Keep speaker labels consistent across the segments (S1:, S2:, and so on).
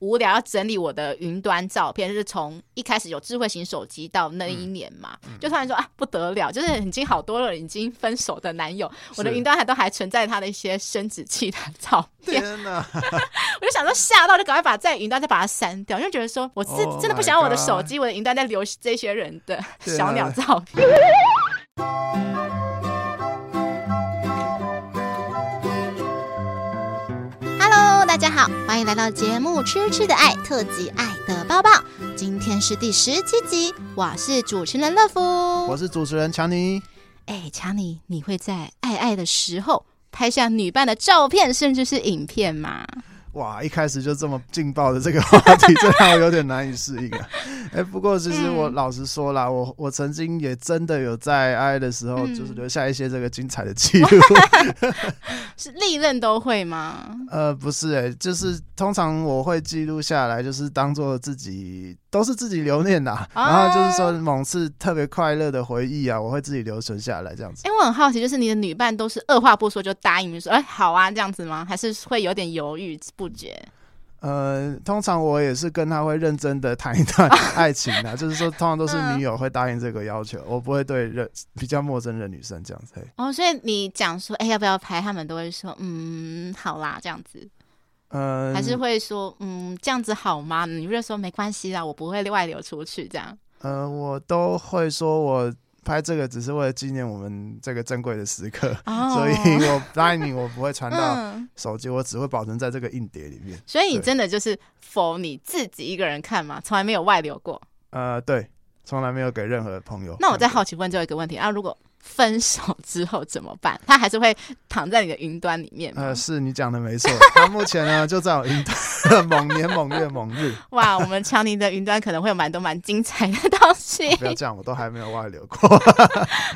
S1: 无聊要整理我的云端照片，就是从一开始有智慧型手机到那一年嘛，就突然说啊不得了，就是已经好多了，已经分手的男友，我的
S2: 是
S1: 云端还都还存在他的一些生殖器的照片，
S2: 天哪，
S1: 我就想说吓到，就赶快把在云端再把它删掉，因为觉得说我是
S2: Oh
S1: 真的不想要我的
S2: my
S1: 手机、我的云端在留这些人的
S2: 对啊
S1: 小鸟照片。
S3: Hello，大家好，欢迎来到节目《吃吃的爱》特辑《爱的抱抱》，今天是第十七集，我是主持人乐
S2: 我
S3: 福。
S2: 是主持人强尼。
S1: 哎，查理，你会在爱爱的时候拍下女伴的照片，甚至是影片吗？
S2: 哇，一开始就这么劲爆的这个话题，这让我有点难以适应 啊。哎、不过其实我老实说啦，我我曾经也真的有在爱的时候，就是留下一些这个精彩的记 录。
S1: 是历任都会吗？
S2: 呃，不是、欸，就是通常我会记录下来，就是当做自己都是自己留念的、
S1: 啊
S2: 然后就是说某次特别快乐的回忆啊，我会自己留存下来这样子。
S1: 哎，我很好奇，就是你的女伴都是二话不说就答应你说，哎，好啊，这样子吗？还是会有点犹豫不决？
S2: 呃，通常我也是跟他会认真的谈一段 爱情啊，就是说通常都是女友会答应这个要求，我不会对人比较陌生的女生这样子。嘿
S1: 哦，所以你讲说，哎，要不要拍？他们都会说，嗯，好啦，这样子，
S2: 嗯、
S1: 还是会说，嗯，这样子好吗？你会说没关系啦，我不会外流出去这样。
S2: 呃，我都会说我拍这个只是为了纪念我们这个珍贵的时刻。
S1: 哦
S2: 所以我答应你，我不会传到
S1: 嗯，
S2: 手机，我只会保存在这个硬碟里面。
S1: 所以你
S2: 对
S1: 真的就是否你自己一个人看嘛，从来没有外流过。
S2: 呃，对，从来没有给任何朋友。
S1: 那我再好奇问最后一个问题啊，如果分手之后怎么办？他还是会躺在你的云端里面吗？
S2: 呃，是你讲的没错。他目前呢，就在我云 端某年某月某日。
S1: 哇，我们强尼的云端可能会有蛮多蛮精彩的东西。
S2: 不要这样，我都还没有外流过。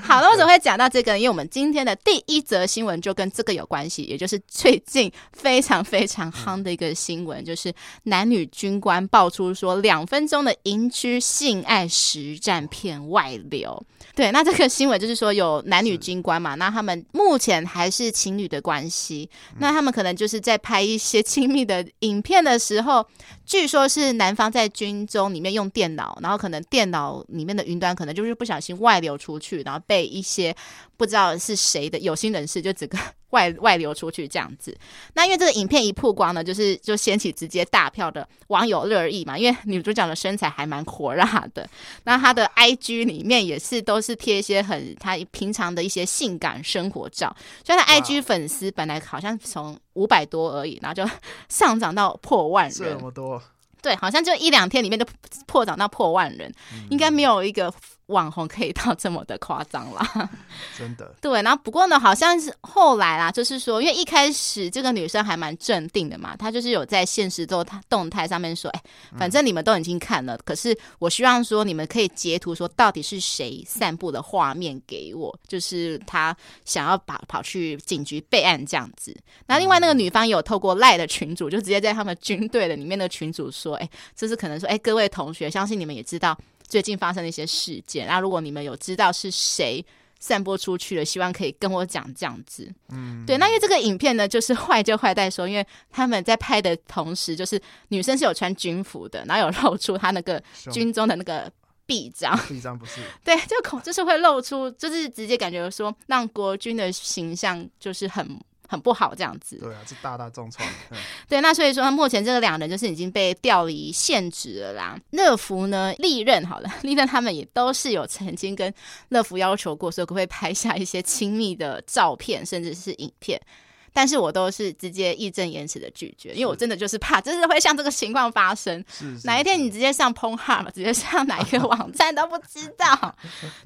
S1: 好了，我怎么会讲到这个呢？因为我们今天的第一则新闻就跟这个有关系，也就是最近非常非常夯的一个新闻，就是男女军官爆出说两分钟的营区性爱实战片外流。对，那这个新闻就是说有男女军官
S2: 嗯
S1: 嘛，那他们目前还是情侣的关系，那他们可能就是在拍一些亲密的影片的时候，据说是男方在军中里面用电脑，然后可能电脑里面的云端可能就是不小心外流出去，然后被一些不知道是谁的有心人士就整个 外外流出去这样子。那因为这个影片一曝光呢，就是就掀起直接大票的网友热议嘛，因为女主角的身材还蛮火辣的，那她的 IG 里面也是都是贴一些很她平常的一些性感生活照，所以她的
S2: 哇
S1: IG 粉丝本来好像从五百多而已，然后就 上涨到破万人
S2: 这，么多，
S1: 对，好像就一两天里面就破涨到破万人，应该没有一个网红可以到这么的夸张啦。
S2: 真的。
S1: 对，然后不过呢，好像是后来啦，就是说，因为一开始这个女生还蛮镇定的嘛，她就是有在现实动态动态上面说，哎，反正你们都已经看了，可是我希望说你们可以截图说到底是谁散布的画面给我，就是她想要跑跑去警局备案这样子。那另外那个女方也有透过赖的群主，就直接在他们军队的里面的群主说，哎，就是可能说，哎，各位同学，相信你们也知道最近发生的一些事件，那如果你们有知道是谁。散播出去了，希望可以跟我讲这样子。嗯，对。那因为这个影片呢，就是坏就坏在说，因为他们在拍的同时，就是女生是有穿军服的，然后有露出她那个
S2: 胸
S1: 军中的那个臂章，
S2: 第一张不是，
S1: 对，就恐就是会露出，就是直接感觉说让国军的形象就是很很不好这样子。
S2: 对啊，这大大重创。嗯
S1: 对，那所以说目前这个两人就是已经被调离现职了啦。乐福呢，历任好了， 历任他们也都是有曾经跟乐福要求过，说可不可以拍下一些亲密的照片，甚至是影片。但是我都是直接义正言辞的拒绝，因为我真的就是怕，真的会像这个情况发生。
S2: 是是
S1: 哪一天
S2: 是
S1: 你直接上 p o n h u b 直接上哪一个网站都不知 道。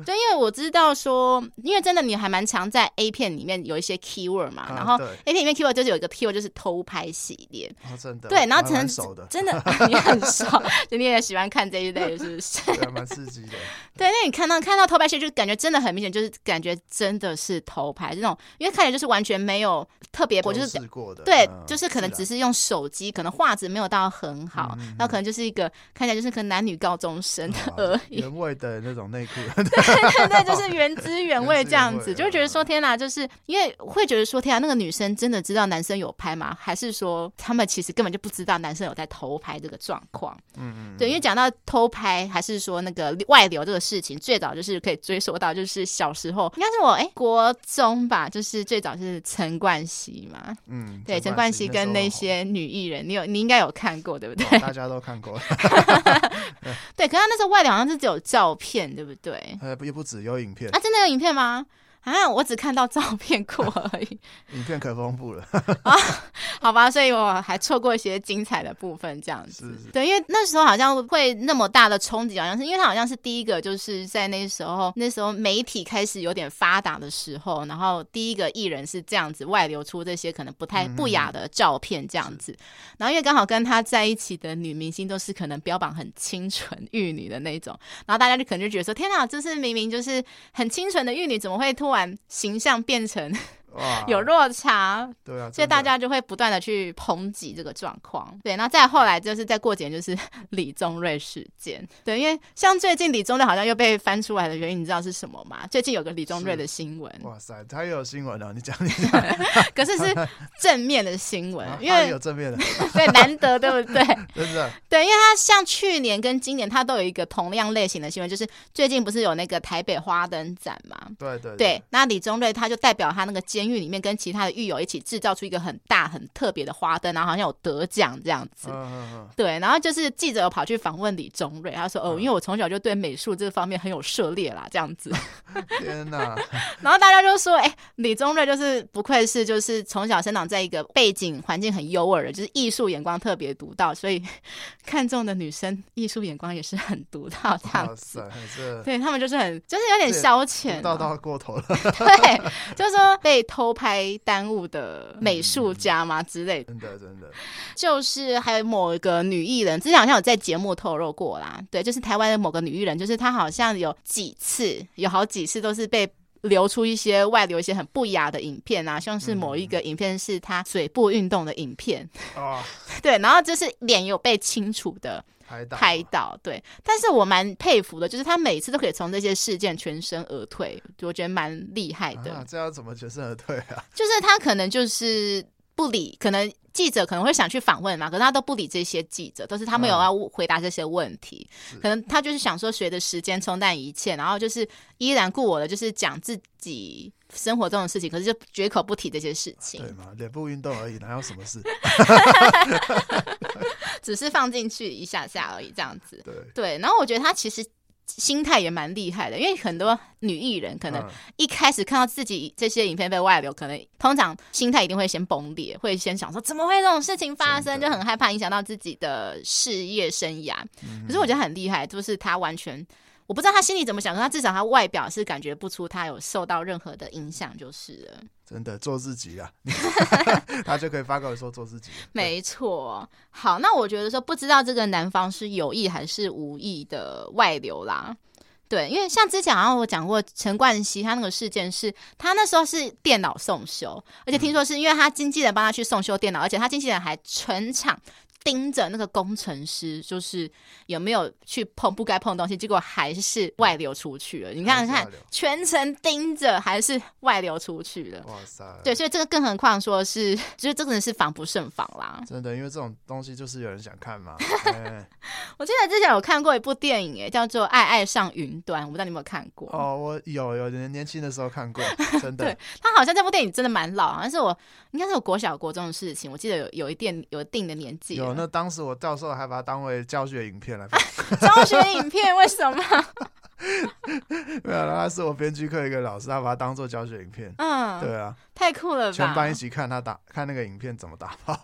S1: 就因为我知道说，因为真的你还蛮常在 A 片里面有一些 keyword 嘛，
S2: 啊
S1: 然后
S2: 对
S1: A 片里面 keyword 就是有一个 keyword 就是偷拍系列，
S2: 哦真的
S1: 对，然后
S2: 我
S1: 可
S2: 还
S1: 能
S2: 蛮 熟的，
S1: 真的你很熟，就你也喜欢看这一类，是不 是？
S2: 对，蛮刺激的。
S1: 对，那你看到看到偷拍戏，就感觉真的很明显，就是感觉真的是偷拍这种，因为看起来就是完全没有特别，我
S2: 都
S1: 就是
S2: 试过的，
S1: 对
S2: 嗯，
S1: 就是可能
S2: 啊
S1: 只是用手机，可能画质没有到很好，
S2: 嗯嗯嗯
S1: 然后可能就是一个看起来就是可能男女高中生
S2: 哦
S1: 而已，
S2: 原味的那种内 裤，
S1: 对对，就是原汁原味啊这样子，
S2: 原汁原味
S1: 就会觉得说天哪，就是因为会觉得说天哪，那个女生真的知道男生有拍吗？还是说他们其实根本就不知道男生有在偷拍这个状况？
S2: 嗯嗯，
S1: 对，因为讲到偷拍，还是说那个外流这个事情，最早就是可以追溯到就是小时候，应该是我哎、国中吧，就是最早是陈冠希嘛，
S2: 嗯，
S1: 对，陈
S2: 陈
S1: 冠
S2: 冠
S1: 希
S2: 希
S1: 跟那
S2: 时候
S1: 些女艺人，你有你应该有看过对不对？
S2: 哦大家都看过，
S1: 对，可是他那时候外流好像是只有照片，对不对？
S2: 呃，不也不止有影片
S1: 啊，，真的有影片吗？啊，我只看到照片过而已，
S2: 影片可丰富了，
S1: 好吧，所以我还错过一些精彩的部分，这样子。
S2: 是是
S1: 对，因为那时候好像会那么大的冲击，好像是因为他好像是第一个，就是在那时候，那时候媒体开始有点发达的时候，然后第一个艺人是这样子外流出这些可能不太
S2: 嗯
S1: 不雅的照片这样子，然后因为刚好跟他在一起的女明星都是可能标榜很清纯玉女的那种，然后大家就可能就觉得说，天哪，这是明明就是很清纯的玉女，怎么会突然形象变成
S2: 哇，
S1: 有落差？
S2: 对啊，
S1: 所以
S2: 真的
S1: 大家就会不断的去抨击这个状况，对。那再后来就是再过几年就是 李宗瑞事件，对，因为像最近李宗瑞好像又被翻出来的原因，你知道是什么吗？最近有个李宗瑞的新闻，
S2: 哇塞，他也有新闻哦，你讲你讲，
S1: 可是 是正面的新闻
S2: 啊，
S1: 因
S2: 他也
S1: 为
S2: 有正面的，
S1: 对难得，对不对？
S2: 真的，
S1: 对，因为他像去年跟今年，他都有一个同样类型的新闻，就是最近不是有那个台北花灯展嘛？
S2: 对对
S1: 对，，那李宗瑞他就代表他那个监狱里面跟其他的狱友一起制造出一个很大很特别的花灯，然后好像有得奖这样子
S2: 嗯。嗯
S1: 对，然后就是记者有跑去访问李宗瑞，他说：“哦，
S2: 嗯
S1: 因为我从小就对美术这方面很有涉猎啦，这样子。
S2: 嗯，天哪，”
S1: 然后大家就说：“哎，李宗瑞就是不愧是就是从小生长在一个背景环境很优渥的，就是艺术眼光特别独到，所以看中的女生艺术眼光也是很独到这样
S2: 哇
S1: 子。”
S2: 塞，这
S1: 对他们就是很，就是有点
S2: 这也
S1: 消
S2: 这
S1: 遣、啊
S2: 到到过头了，
S1: 对，就是说被偷拍耽误的美术家嘛之类的，
S2: 真的 真的，
S1: 就是还有某一个女艺人，之前好像有在节目透露过啦，对，就是台湾的某个女艺人，就是她好像有几次，有好几次都是被。流出一些外流一些很不雅的影片啊，像是某一
S2: 嗯
S1: 个影片是她水部运动的影片，
S2: 哦，
S1: 对，然后就是脸有被清除的
S2: 拍到
S1: 拍到，对。但是我蛮佩服的，就是她每次都可以从这些事件全身而退，我觉得蛮厉害的。
S2: 啊，这要怎么全身而退啊？
S1: 就是他可能就是不理，可能记者可能会想去访问嘛，可是他都不理这些记者，都是他们有
S2: 嗯
S1: 要回答这些问题。
S2: 是
S1: 可能他就是想说，随着时间冲淡一切，然后就是依然故我的，就是讲自己生活中的事情，可是就绝口不提这些事情
S2: 对，嘛，脸部运动而已，哪有什么事？
S1: 只是放进去一下下而已，这样子。
S2: 对，
S1: 对，然后我觉得他其实。心态也蛮厉害的，因为很多女艺人可能
S2: 嗯
S1: 一开始看到自己这些影片被外流，可能通常心态一定会先崩裂，会先想说怎么会这种事情发生，
S2: 真的
S1: 就很害怕影响到自己的事业生涯。可是我觉得很厉害，就是他完全。我不知道他心里怎么想，可他至少他外表是感觉不出他有受到任何的影响，就是了。
S2: 真的做自己 啊，他就可以发给我说做自己。
S1: 没错，好，那我觉得说不知道这个男方是有意还是无意的外流啦。对，因为像之前好像我讲过陈冠希他那个事件是，他那时候是电脑送修，而且听
S2: 嗯
S1: 说是因为他经纪人帮他去送修电脑，而且他经纪人还全场盯着那个工程师，就是有没有去碰不该碰的东西，结果还是外流出去了。你看
S2: 还是
S1: 看
S2: 外流，
S1: 全程盯着还是外流出去了
S2: 对。哇塞，
S1: 对，，所以这个更何况说是， 就是这个人是防不胜防啦。
S2: 真的，因为这种东西就是有人想看嘛。 哎
S1: 我记得之前有看过一部电影，哎，叫做《爱爱上云端》，我不知道你有没有看过。
S2: 哦，我有有年年轻的时候 看过，真的
S1: 对，它好像这部电影真的蛮老，好像是我应该是我国小国中的事情。我记得有有一定有一定的年纪了，
S2: 有。那当时我教授还把它当为教学影片来放，
S1: 教学影片为什么？
S2: 没有啦，他是我编剧课一个老师，他把它当做教学影片。
S1: 嗯，
S2: 对啊，
S1: 太酷了
S2: 全
S1: 吧！
S2: 班一起看他打看那个影片怎么打炮。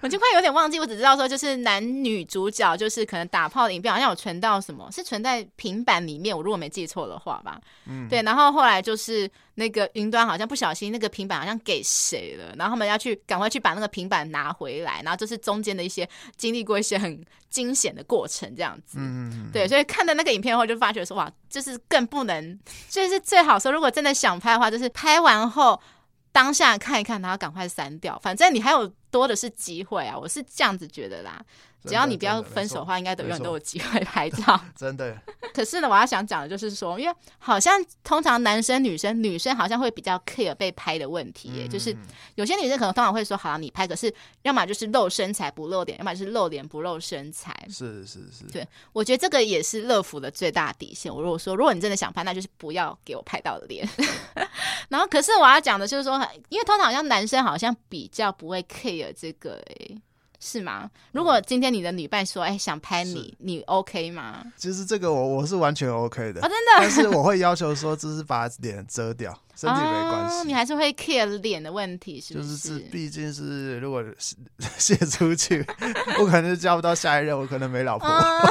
S1: 我就快有点忘记，我只知道说就是男女主角就是可能打炮的影片好像有存到什么，是存在平板里面，我如果没记错的话吧。
S2: 嗯，
S1: 对，然后后来就是那个云端好像不小心那个平板好像给谁了，然后他们要去赶快去把那个平板拿回来，然后就是中间的一些经历过一些很惊险的过程这样子。
S2: 嗯，嗯嗯，
S1: 对，所以看到那个影片后，就发觉说哇，就是更不能，就是最好说，如果真的想拍的话，就是拍完后当下看一看，然后赶快删掉，反正你还有多的是机会啊，我是这样子觉得啦。
S2: 真
S1: 只
S2: 的
S1: 要你不要
S2: 真的没
S1: 分手的
S2: 错
S1: 话，应该都
S2: 没
S1: 永远都
S2: 错
S1: 有机会拍照。
S2: 真的
S1: 可是呢，我要想讲的就是说，因为好像通常男生、女生，女生好像会比较 care 被拍的问题耶，
S2: 嗯
S1: 就是有些女生可能通常会说，好、啊，你拍，可是要么就是露身材不露脸，要么就是露脸不露身材。
S2: 是是是，
S1: 对我觉得这个也是乐福的最大底线。我如果说，如果你真的想拍，那就是不要给我拍到脸。 然后，可是我要讲的就是说，因为通常好像男生好像比较不会 care 这个、诶，是吗？如
S2: 嗯
S1: 果今天你的女伴说，哎、想拍你，你 OK 吗？
S2: 其实这个我我是完全 OK 的
S1: 啊、，真的
S2: 但。是我会要求说，就是把脸遮掉，身体没关
S1: 哦，
S2: 系
S1: 你。还是会 care 脸的问题，是不
S2: 就是
S1: 是
S2: 这，？ 毕竟是如果是 泄出去，我可能就交不到下一任，我可能没老婆。
S1: 啊，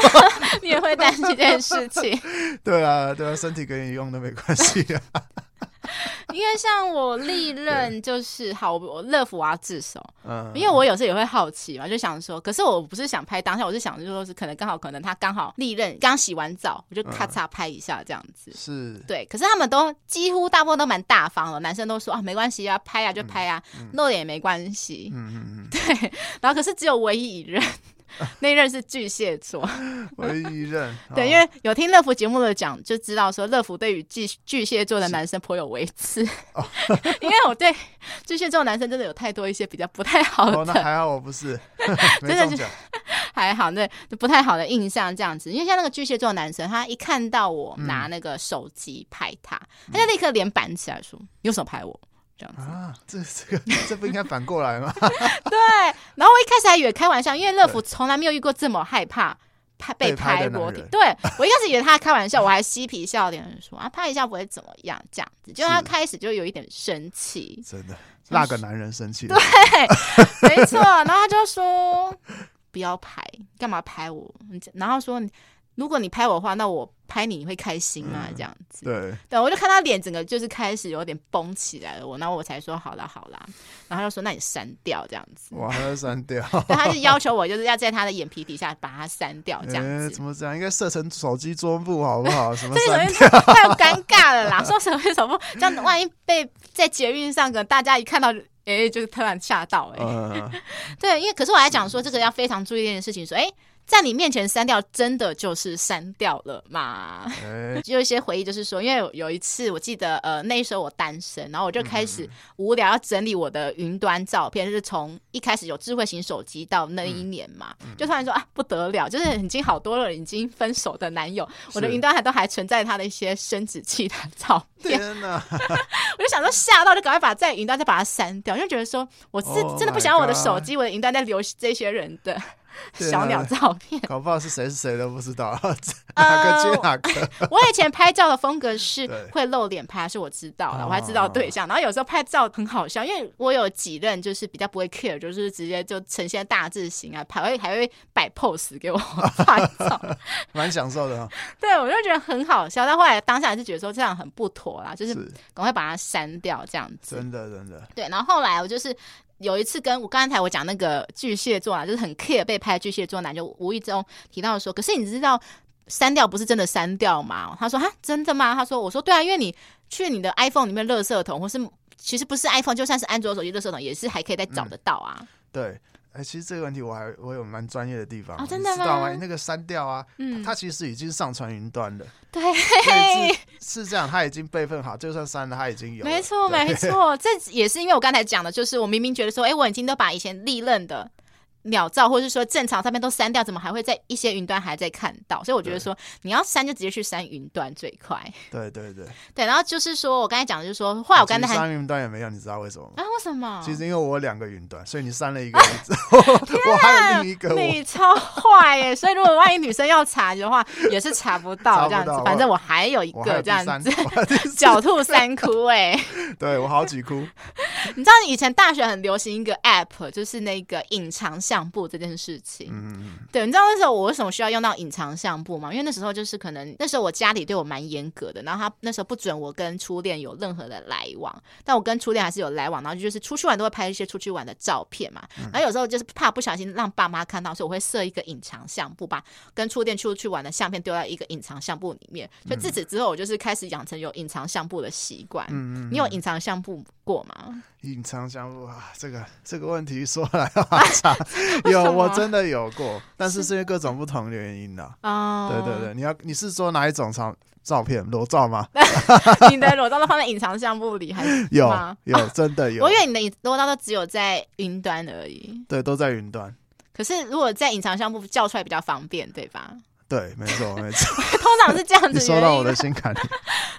S1: 你也会担心这件事情，
S2: 对啊，对啊，身体给你用都没关系啊。
S1: 因为像我历任就是好，我乐福我要自首，
S2: 嗯，
S1: 因为我有时候也会好奇嘛，就想说，可是我不是想拍当下，我是想就说是可能刚好可能他刚好历任刚洗完澡，我就咔嚓拍一下这样子。
S2: 是
S1: 对，可是他们都几乎大部分都蛮大方的，男生都说啊没关系啊，拍啊就拍啊，露脸也没关系。
S2: 嗯嗯
S1: 然后可是只有唯一一任，那一任是巨蟹座，
S2: 嗯，唯一任
S1: 对，
S2: 哦
S1: 因为有听乐福节目的讲，就知道说乐福对于巨巨蟹座的男生颇有微词， 因为我对巨蟹座男生真的有太多一些比较不太好的，
S2: 哦，那还好我 不是，没
S1: 真的
S2: 中
S1: 是
S2: 奖。
S1: 还好，那不太好的印象这样子。因为像那个巨蟹座男生，他一看到我
S2: 嗯
S1: 拿那个手机拍他，他就立刻脸板起来说：“你为什么拍我？”这样子。
S2: 啊，这这个这不应该反过来吗？
S1: 对，然后我一开始还以为开玩笑，因为乐福从来没有遇过这么害怕。拍被
S2: 被拍
S1: 拍
S2: 的
S1: 裸
S2: 男
S1: 体
S2: 人，
S1: 对我一开始以为他在开玩笑，我还嬉皮笑脸说啊拍一下不会怎么样这样子，就他
S2: 是
S1: 开始就有一点生 气，
S2: 真的，
S1: 是
S2: 那个男人生气了。
S1: 没错，然后他就说不要拍，干嘛拍我？你这然后说你如果你拍我的话，那我拍你你会开心吗？这样子，
S2: 嗯对，
S1: 对，我就看他脸整个就是开始有点绷起来了，我，然后我才说好啦好啦，然后他就说那你删掉这样子，
S2: 哇，还要删 掉。
S1: 但他就要求我就是要在他的眼皮底下把它删掉这样
S2: 哎
S1: 子
S2: 怎。么讲？应该设成手机桌布好不好？什么
S1: 这个
S2: 删
S1: 手机太尴尬了啦！说什么什么，这样万一被在捷运上，可能大家一看到，哎、就是突然吓到、哎、
S2: 呃，
S1: 对，因为可是我还讲说，这个要非常注意一件事情，说，哎，在你面前删掉，真的就是删掉了嘛？
S2: 哎，
S1: 就有一些回忆，就是说，因为有有一次我记得，呃，那时候我单身，然后我就开
S2: 嗯
S1: 始无聊要整理我的云端照片，就是从一开始有智慧型手机到那
S2: 嗯
S1: 一年嘛，就突然说啊不得了，就是已经好多了已经分手的男友，我的
S2: 是
S1: 云端还都还存在他的一些生殖器的照片，
S2: 天哪！
S1: 我就想说吓到，就赶快把在云端再把它删掉，因为觉得说我是
S2: Oh
S1: 真的不想要我的
S2: my
S1: 手机、我的云端在留这些人的
S2: 对啊
S1: 小鸟照片。
S2: 搞不好是谁是谁都不 知道，哪
S1: 呃
S2: 个接哪个。
S1: 我以前拍照的风格是
S2: 对
S1: 会露脸拍，是我知道的，
S2: 哦
S1: 我还知道对象。然后有时候拍照很好笑，因为我有几任就是比较不会 care，就是直接就呈现大字型啊，拍会还会摆 pose 给我 拍照。
S2: 蛮享受的哈、
S1: 对，我就觉得很好笑。但后来当下还是觉得说这样很不妥啦， 就是
S2: 是
S1: 赶快把它删掉这样子。
S2: 真的真的，
S1: 对，然后后来我就是有一次跟我刚才我讲那个巨蟹座啊，就是很 care 被拍的巨蟹座男，就无意中提到说，可是你知道删掉不是真的删掉吗？他说啊，真的吗？他说，我说对啊，因为你去你的 iPhone 里面垃圾桶，或是其实不是 iPhone，就算是安卓手机垃圾桶，也是还可以再找得到啊。
S2: 对。哎、其实这个问题我还我有蛮专业的地方，
S1: 哦真的
S2: 你知道
S1: 吗
S2: 吗？那个删掉啊，
S1: 嗯
S2: 它其实已经上传云端 了，
S1: 对，
S2: 对，是是这样，它已经备份好，就算删了，它已经有了，
S1: 没错，
S2: 对
S1: 没 错，这也是因为我刚才讲的，就是我明明觉得说，哎、我已经都把以前历任的鸟照，或是说正常照片都删掉，怎么还会在一些云端还在看到？所以我觉得
S2: 对
S1: 说，你要删就直接去删云端最快。
S2: 对对对。
S1: 对，然后就是说我刚才讲的，就是说，后来我刚才
S2: 其实
S1: 还啊，
S2: 删云端也没用，你知道为什么吗？
S1: 为什么？
S2: 其实因为我有两个云端，所以你删了一个之后，我还有另一个我。
S1: 你超坏耶！所以如果万一女生要查的话，也是查不到这
S2: 查不
S1: 样子
S2: 到。啊
S1: 反正我还有一
S2: 我还有
S1: 个这
S2: 第
S1: 样
S2: 三
S1: 子，
S2: 我还有第四
S1: 狡兔三窟哎、
S2: 对我好几哭，
S1: 你知道以前大学很流行一个 app，就是那个隐藏相相簿这件事情。
S2: 嗯，
S1: 对，你知道那时候我为什么需要用到隐藏相簿吗？因为那时候就是可能那时候我家里对我蛮严格的，然后他那时候不准我跟初恋有任何的来往，但我跟初恋还是有来往，然后就是出去玩都会拍一些出去玩的照片嘛。
S2: 嗯
S1: 然后有时候就是怕不小心让爸妈看到，所以我会设一个隐藏相簿，把跟初恋出去玩的相片丢在一个隐藏相簿里面。就自此之后，我就是开始养成有隐藏相簿的习惯。
S2: 嗯
S1: 你有隐藏相簿过吗？
S2: 隐藏相簿啊，这个这个问题说来话长，有
S1: 什么
S2: 我真的有过，但是是因为各种不同的原因的、
S1: 哦
S2: 对对对，你要你是说哪一种照照片裸照吗？
S1: 对， 你的裸照都放在隐藏相簿里还是
S2: 有
S1: 吗
S2: 有，真的有
S1: 我以，为你的隐裸照都只有在云端而已，
S2: 对，都在云端。
S1: 可是如果在隐藏项目叫出来比较方便，对吧？
S2: 对，没错没错，
S1: 通常是这样子原因。
S2: 你说到我的心坎里。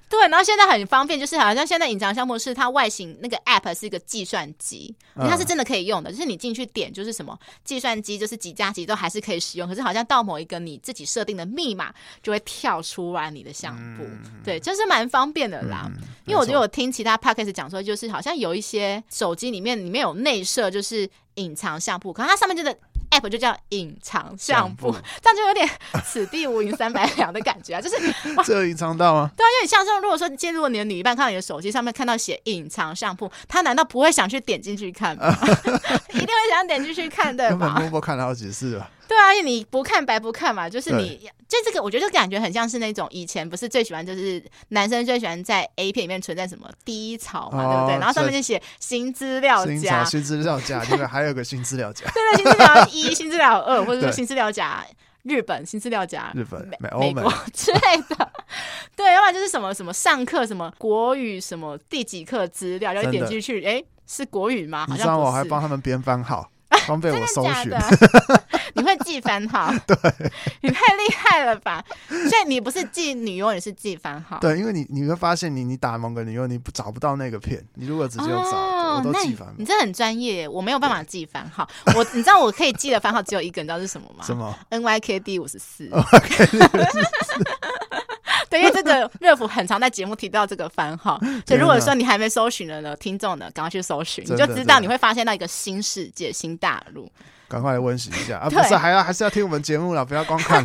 S1: 对，然后现在很方便，就是好像现在隐藏项目是它外形那个 app 是一个计算机，
S2: 嗯
S1: 它是真的可以用的，就是你进去点就是什么计算机，就是几加几都还是可以使用，可是好像到某一个你自己设定的密码就会跳出来你的相簿，
S2: 嗯
S1: 对，就是蛮方便的啦。因为我觉得我听其他 podcast 讲说，就是好像有一些手机里面里面有内设就是隐藏相簿，可是它上面这个 app 就叫隐藏相簿，
S2: 相簿
S1: 这样就有点此地无银三百两的感觉啊， 就是
S2: 没错这有隐藏到吗？
S1: 对啊，因为你像这种，如果说进入你的女伴看到你的手机上面看到写隐藏相簿，她难道不会想去点进去看 吗？ 一定会想点进去看，对
S2: 根本
S1: 吧？
S2: 摸摸看了好几次了。
S1: 对啊，因为你不看白不看嘛，就是你就这个，我觉得感觉很像是那种以前不是最喜欢，就是男生最喜欢在 A 片里面存在什么低潮嘛，对不对？
S2: 哦
S1: 然后上面就写新资料
S2: 新
S1: 夹
S2: 潮，新资料夹，这个还有个新资料夹，
S1: 对对，新资料一、新资料二，或者说
S2: 对
S1: 新资料夹日本、新资料夹
S2: 日本
S1: 美、美
S2: 美欧美
S1: 国之类的。对，要不然就是什么什么上课什么国语什么第几课资料，然后
S2: 真的
S1: 点进去，哎，是国语吗？ 好
S2: 你知
S1: 像
S2: 道
S1: 不
S2: 我
S1: 是。
S2: 还帮他们编番 号，方便我搜
S1: 假
S2: 寻。
S1: 的， 你会记番 号？对，你太厉害了吧！所以你不是记女优，你是记番号。
S2: 对，因为你你会发现你，你打某个女优，你不找不到那个片，你如果直接用找，
S1: 哦
S2: 我，都
S1: 那
S2: 记
S1: 你
S2: 反
S1: 你这很专业耶，我没有办法记番号。我你知道我可以记的番号只有一个，你知道是什么吗？
S2: 什么？
S1: NYKD 五十 四。对，因为这个热甫很常在节目提到这个番号，所以如果说你还没搜寻的呢，听众呢，赶快去搜寻，你
S2: 真
S1: 就
S2: 的
S1: 知道
S2: 真的
S1: 你会发现到一个新世界、新大陆。
S2: 赶快来温习一 下啊！不
S1: 对
S2: 是，还要还是要听我们节目了，不要 光看。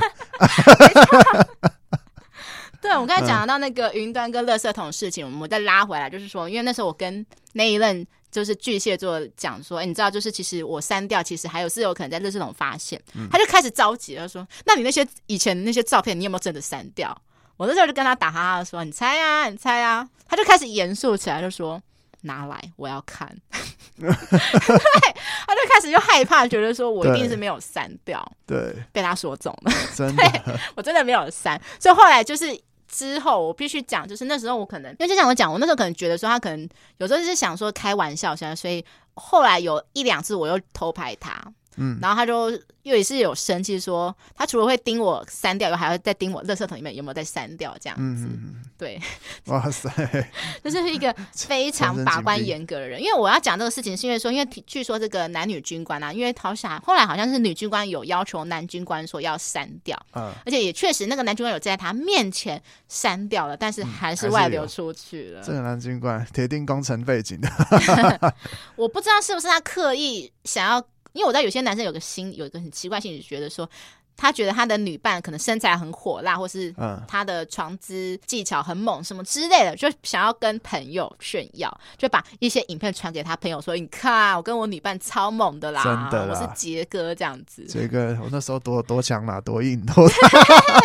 S1: 对，我刚才讲到那个云端跟垃圾桶的事情，我们再拉回来，就是说，因为那时候我跟那一任就是巨蟹座讲说，哎、你知道，就是其实我删掉，其实还有是有可能在垃圾桶发现，他就开始着急了，说，那你那些以前那些照片，你有没有真的删掉？我那时候就跟他打哈哈说，你猜啊，你猜啊，他就开始严肃起来，就说。拿来，我要看。 对，他就开始就害怕，觉得说我一定是
S2: 对
S1: 没有删掉，
S2: 对，
S1: 被他说中了。
S2: 真的，
S1: 我真的没有删，所以后来就是。之后我必须讲，就是那时候我可能，因为就像我讲，我那时候可能觉得说他可能有时候就是想说开玩笑，现在所以后来有一两次我又偷拍他，
S2: 嗯，
S1: 然后他就又也是有生气说，他除了会盯我删掉，以外，还要再盯我垃圾桶里面有没有再删掉这样子，
S2: 嗯，
S1: 对，
S2: 哇塞，
S1: 就是一个非常把关严格的人。因为我要讲这个事情，是因为说，因为据说这个男女军官啊，因为好像后来好像是女军官有要求男军官说要删掉，
S2: 嗯，
S1: 而且也确实那个男主角有在他面前删掉了，
S2: 嗯
S1: 但是还是外流出去了。
S2: 这个男军官铁定工程背景的，
S1: 我不知道是不是他刻意想要，因为我知道有些男生有个心有一个很奇怪心理，觉得说他觉得他的女伴可能身材很火辣，或是
S2: 嗯，
S1: 他的床姿技巧很猛什么之类的，就想要跟朋友炫耀，就把一些影片传给他朋友说：“你看，我跟我女伴超猛的啦，
S2: 真的
S1: 我
S2: 啦
S1: 是杰哥这样子。”
S2: 这个我那时候多多强嘛，多 硬多大，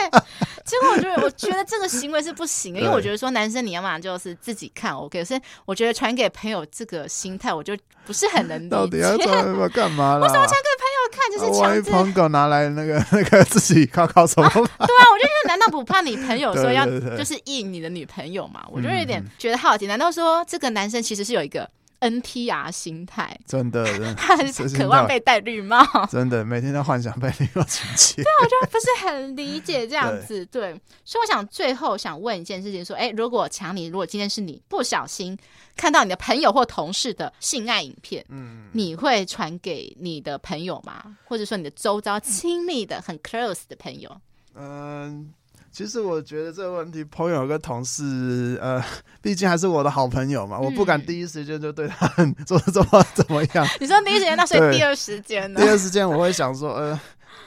S1: 结果我觉得，我觉得这个行为是不行的，因为
S2: 对
S1: 我觉得说男生你要嘛就是自己看 OK，所以我觉得传给朋友这个心态，我就不是很能理解。
S2: 到底要传要干嘛啦？
S1: 要看就是
S2: 啊万一
S1: 强制，对
S2: 朋狗拿来那个 那个自己靠 靠什么办？
S1: 啊，我就觉得难道不怕你朋 友说要
S2: 对对对
S1: 就是意你的女朋友嘛？我就有点觉得好奇，难道说这个男生其实是有一个 NTR 心态？
S2: 真的，真的
S1: 他很
S2: 这心态
S1: 渴望被戴绿帽，
S2: 真的每天都幻想被利用亲戚。
S1: 就不是很理解这样子。对，所以我想最后想问一件事情，说，哎，如果强尼，如果今天是你不小心看到你的朋友或同事的性爱影片，
S2: 嗯，
S1: 你会传给你的朋友吗？或者说你的周遭亲密的、很 close 的朋友？
S2: 嗯，其实我觉得这个问题，朋友跟同事，呃，毕竟还是我的好朋友嘛，我不敢
S1: 嗯
S2: 第一时间就对他很说怎么怎么样。
S1: 你说第一时间，那所
S2: 对
S1: 以第二时间呢
S2: 第？二时间我会想说，呃，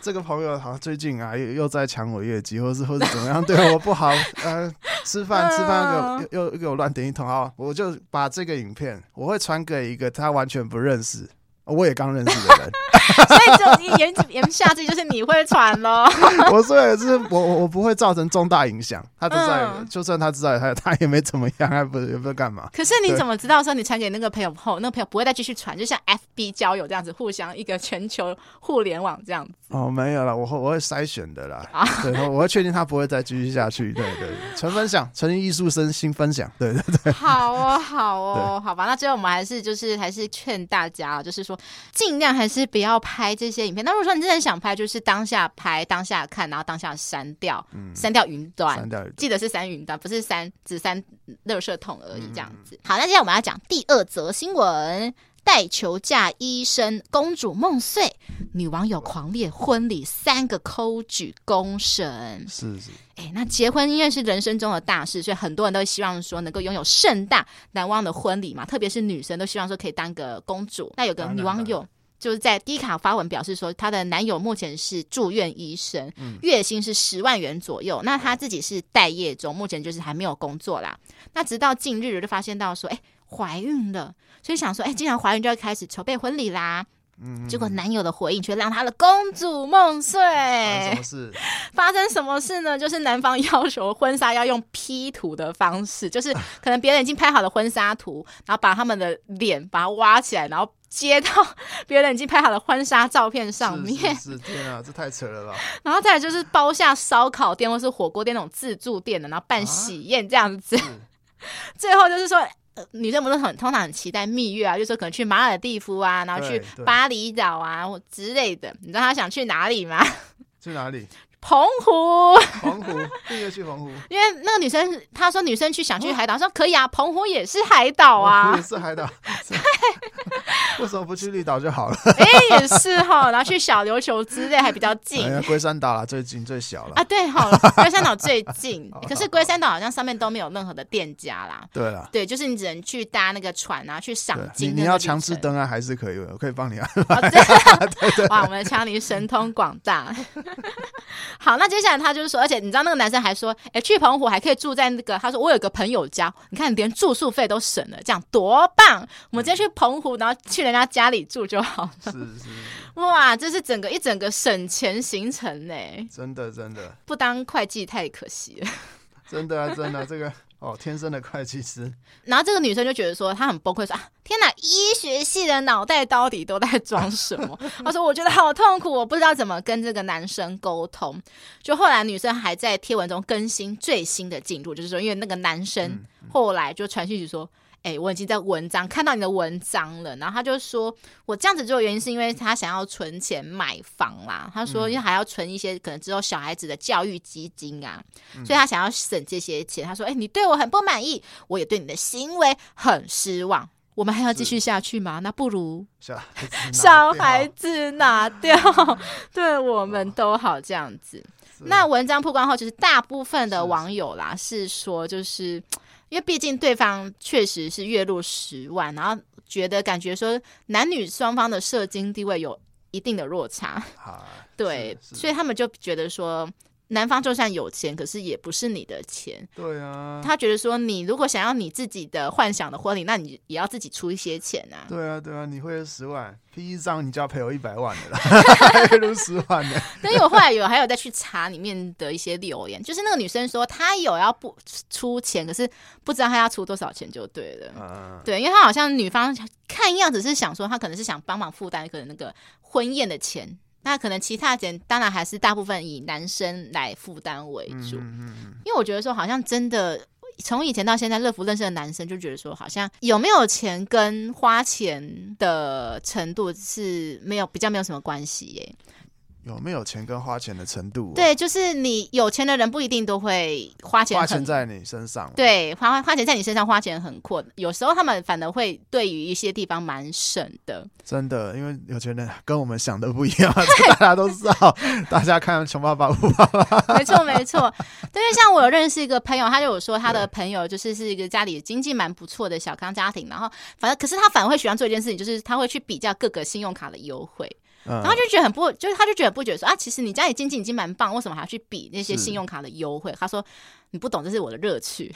S2: 这个朋友好像最近啊又又在抢我业绩，或是或是怎么样对我不好，呃，吃饭吃饭又又又给我乱点一通啊，我就把这个影片我会传给一个他完全不认识，我也刚认识的人。
S1: 所以就一言言下之意就是你会传咯。
S2: 我说也是，我我我不会造成重大影响，他不在，
S1: 嗯
S2: 就算他知道他他也没怎么样，他不也不知道干嘛。
S1: 可是你怎么知道说你传给那个朋友后，那个朋友不会再继续传？就像 FB 交友这样子，互相一个全球互联网这样子。
S2: 哦，没有了，我会我会筛选的啦
S1: 啊，
S2: 对，我会确定他不会再继续下去。对对，对纯分享，纯艺术生新分享，对对对。
S1: 好哦，好哦，好吧。那最后我们还是就是还是劝大家啊，就是说尽量还是不要拍这些影片。那如果说你真的想拍，就是当下拍、当下看，然后当下删掉，删掉云端
S2: 删。掉一段
S1: 记得是删云端，不是删只删垃圾桶而已，这样子。
S3: 好，那接下来我们要讲第二则新闻：带球嫁医生，公主梦碎，
S1: 女网友狂烈婚礼三个抠举公审，
S2: 是是，
S1: 哎，那结婚因为是人生中的大事，所以很多人都希望说能够拥有盛大难忘的婚礼嘛，特别是女生都希望说可以当个公主。那有个
S2: 当然
S1: 女网友。就是在低卡发文表示说，她的男友目前是住院医生，
S2: 嗯
S1: 月薪是十万元左右。那她自己是待业中，目前就是还没有工作啦。那直到近日我就发现到说，哎，怀孕了，所以想说，哎，既然怀孕就要开始筹备婚礼啦。
S2: 嗯，
S1: 结果男友的回应却让她的公主梦碎。
S2: 发哎
S1: 哎
S2: 生什 么事？
S1: 发生什么事呢？就是男方要求婚纱要用 P 图的方式，就是
S2: 啊
S1: 可能别人已经拍好了婚纱图，然后把他们的脸把它挖起来，然后接到别人已经拍好的婚纱照片上
S2: 是
S1: 面，
S2: 是是天啊，这太扯了吧！
S1: 然后再来就是包下烧烤店或是火锅店那种自助店的，然后
S2: 啊
S1: 办喜宴这样子。 最后就是说。呃女生不是很通常很期待蜜月啊，就说可能去马尔蒂夫啊，然后去
S2: 对对
S1: 巴厘岛啊或之类的。你知道她想去哪里吗？
S2: 去哪里？
S1: 澎湖。
S2: 澎湖，订阅去澎湖。
S1: 因为那个女生她说女生去想去海岛，说可以啊，澎湖也是海岛啊
S2: 澎湖哦也，是海岛。为什么不去绿岛就好了？
S1: 哎、也是哈，然后去小琉球之类还比较近。
S2: 哎呀，龟山岛啦，最近最小了
S1: 啊，。对哈， 龟山岛最 近
S2: 哦好，
S1: 可是龟山岛好像上面都没有任何的店家啦。
S2: 对了。
S1: 对，就是你只能去搭那个船啊，去赏
S2: 对，你
S1: 金
S2: 你
S1: 的那个旅程。
S2: 要强制登岸啊还是可以的，我可以帮 你啊。
S1: 哦，对，哇，我们的强尼神通广大。 好，那接下来他就是说，而且你知道那个男生还说，哎、去澎湖还可以住在那个，他说我有个朋友家，你看连住宿费都省了，这样多棒！我们直接去澎湖，然后去人家家里住就好。
S2: 是是，是
S1: 哇，这是整个一整个省钱行程呢，
S2: 真的真的
S1: 不当会计太可惜了。
S2: 真的啊真的啊，这个哦，天生的会计师，
S1: 然后这个女生就觉得说，她很崩溃，说啊，天哪，医学系的脑袋到底都在装什么？她说，我觉得好痛苦，我不知道怎么跟这个男生沟通。就后来女生还在贴文中更新最新的进度，就是说，因为那个男
S2: 嗯
S1: 生后来就传讯息说。哎、我已经在文章看到你的文章了，然后他就说，我这样子做的原因是因为他想要存钱买房啦。他说，因为还要存一些可能之后小孩子的教育基金啊，所以他想要省这些钱。他说，哎、你对我很不满意，我也对你的行为很失望。我们还要继续下去吗？那不如
S2: 小孩子
S1: 小
S2: 脑
S1: 孩
S2: 袋
S1: 子拿掉，对我们都好这样子。
S2: 是
S1: 那文章曝光后，就是大部分
S2: 是
S1: 的
S2: 是
S1: 网友啦，是说就是。因为毕竟对方确实是月入十万，然后觉得感觉说男女双方的社经地位有一定的落差，
S2: 好啊
S1: 对，
S2: 是是
S1: 所以他们就觉得说男方就算有钱，可是也不是你的钱，
S2: 对啊，
S1: 他觉得说，你如果想要你自己的幻想的婚礼，那你也要自己出一些钱啊。
S2: 对啊，对啊，你会十万批一张，你就要赔我一百万的啦，月入十万 的，
S1: 但是我后来有还有再去查里面的一些留言，就是那个女生说她有要不出钱，可是不知道她要出多少钱就对了。
S2: 嗯，
S1: 对，因为她好像女方看样子是想说，她可能是想帮忙负担可能那个婚宴的钱，那可能其他的钱当然还是大部分以男生来负担为主。
S2: 嗯
S1: 因为我觉得说，好像真的从以前到现在，乐福认识的男生就觉得说，好像有没有钱跟花钱的程度是没有比较没有什么关系耶。
S2: 有没有钱跟花钱的程度、哦，
S1: 对，就是你有钱的人不一定都会花钱
S2: 花
S1: 很，
S2: 钱在你身上，，啊
S1: 对花花花钱在你身上花钱很阔，有时候他们反而会对于一些地方蛮省的。
S2: 真的，因为有钱人跟我们想的不一样，啊这大家都知道，大家看《穷爸爸》《
S1: 没错，没错。对，因为像我有认识一个朋友，他就有说他的朋友就是是一个家里经济蛮不错的小康家庭，然后反正可是他反而会喜欢做一件事情，就是他会去比较各个信用卡的优惠，
S2: 嗯
S1: 然后他就觉得很不，就是他就觉得很不觉得说啊，其实你家里经济已经蛮棒，为什么还要去比那些
S2: 是
S1: 信用卡的优惠？他说你不懂，这是我的乐 趣，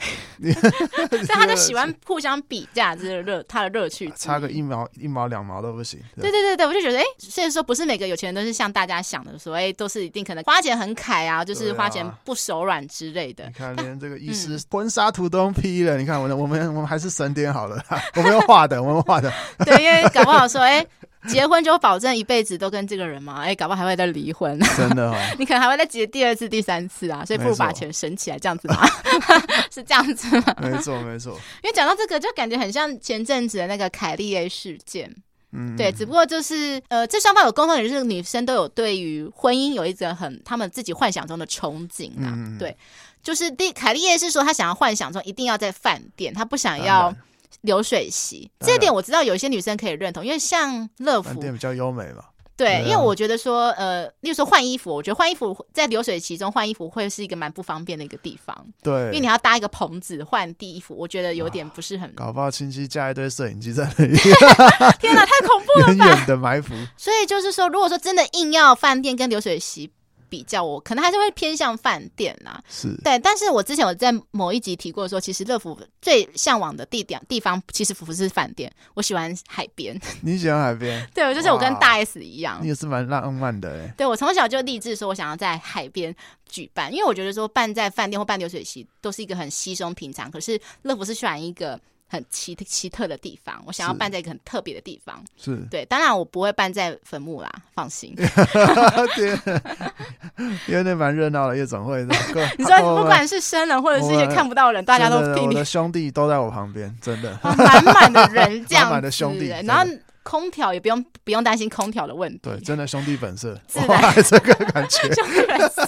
S1: 所
S2: 对
S1: 以他就喜欢互相比价，这是乐他的乐趣之一。
S2: 差个一毛一毛两毛都不行，
S1: 嗯对对对对，我就觉得，哎，所以说不是每个有钱人都是像大家想的说，哎，都是一定可能花钱很凯啊，就是
S2: 对啊
S1: 花钱不手软之类的
S2: 你。看，连这个
S1: 嗯
S2: 医师婚纱图都批了。你看，我的我们我们还是省点好了，我们要画的，我们画的，
S1: 对，因为搞不好说，哎，结婚就保证一辈子都跟这个人嘛，哎，搞不好还会再离婚，
S2: 真的哦。
S1: 你可能还会再结第二次、第三次啊，所以不如
S2: 没错
S1: 把钱省起来，这样子嘛， 是这样子吗？
S2: 没错没错，
S1: 因为讲到这个，就感觉很像前阵子的那个凯利 A 事件。
S2: 嗯，
S1: 对，只不过就是呃，这双方有共同点，就是女生都有对于婚姻有一个很他们自己幻想中的憧憬啊。
S2: 嗯
S1: 对，就是第凯莉叶是说，她想要幻想中一定要在饭店，她不想
S2: 当
S1: 要
S2: 然
S1: 流水席。
S2: 嗯当
S1: 这一
S2: 然
S1: 点我知道有一些女生可以认同，因为像乐
S2: 饭
S1: 福，
S2: 店比较优美嘛，
S1: 对，
S2: 对啊
S1: 因为我觉得说呃，例如说换衣服，我觉得换衣服在流水席中换衣服会是一个蛮不方便的一个地方，因为
S2: 对
S1: 你，还要搭一个棚子换地衣服，我觉得有点不是很。
S2: 搞不好亲戚架一堆摄影机在那里，
S1: 天哪，太恐怖了
S2: 远
S1: 吧！
S2: 远的埋伏，
S1: 所以就是说，如果说真的硬要饭店跟流水席比较，我可能还是会偏向饭店啦。
S2: 是
S1: 对，但是我之前我在某一集提过说，其实乐福最向往的地点地方其实不是饭店，我喜欢海边。
S2: 你喜欢海边，
S1: 对，我就是我跟
S2: 哇
S1: 大 S 一样
S2: 你。也是蛮浪漫的哎。
S1: 对，我从小就立志说，我想要在海边举办，因为我觉得说办在饭店或办流水席都是一个很稀松平常，可是乐福是喜欢一个很奇奇特的地方，我想要
S2: 是
S1: 办在一个很特别的地方。，
S2: 是
S1: 对，当然我不会办在坟墓啦，放心。
S2: 天啊，因为那蛮热闹的夜总会。各
S1: 你说
S2: 我
S1: 不
S2: 们
S1: 管是生人或者是一些
S2: 我们
S1: 看不到人，大家都
S2: 真的
S1: 替
S2: 我
S1: 你
S2: 的，兄弟都在我旁边，真的。
S1: 哦满满的 人这样子，欸
S2: 满满的兄弟
S1: 然后空调也不用不用担心空调的问题，
S2: 对，真的兄弟本色，
S1: 自然
S2: 哇，这个感觉
S1: 兄弟人 设。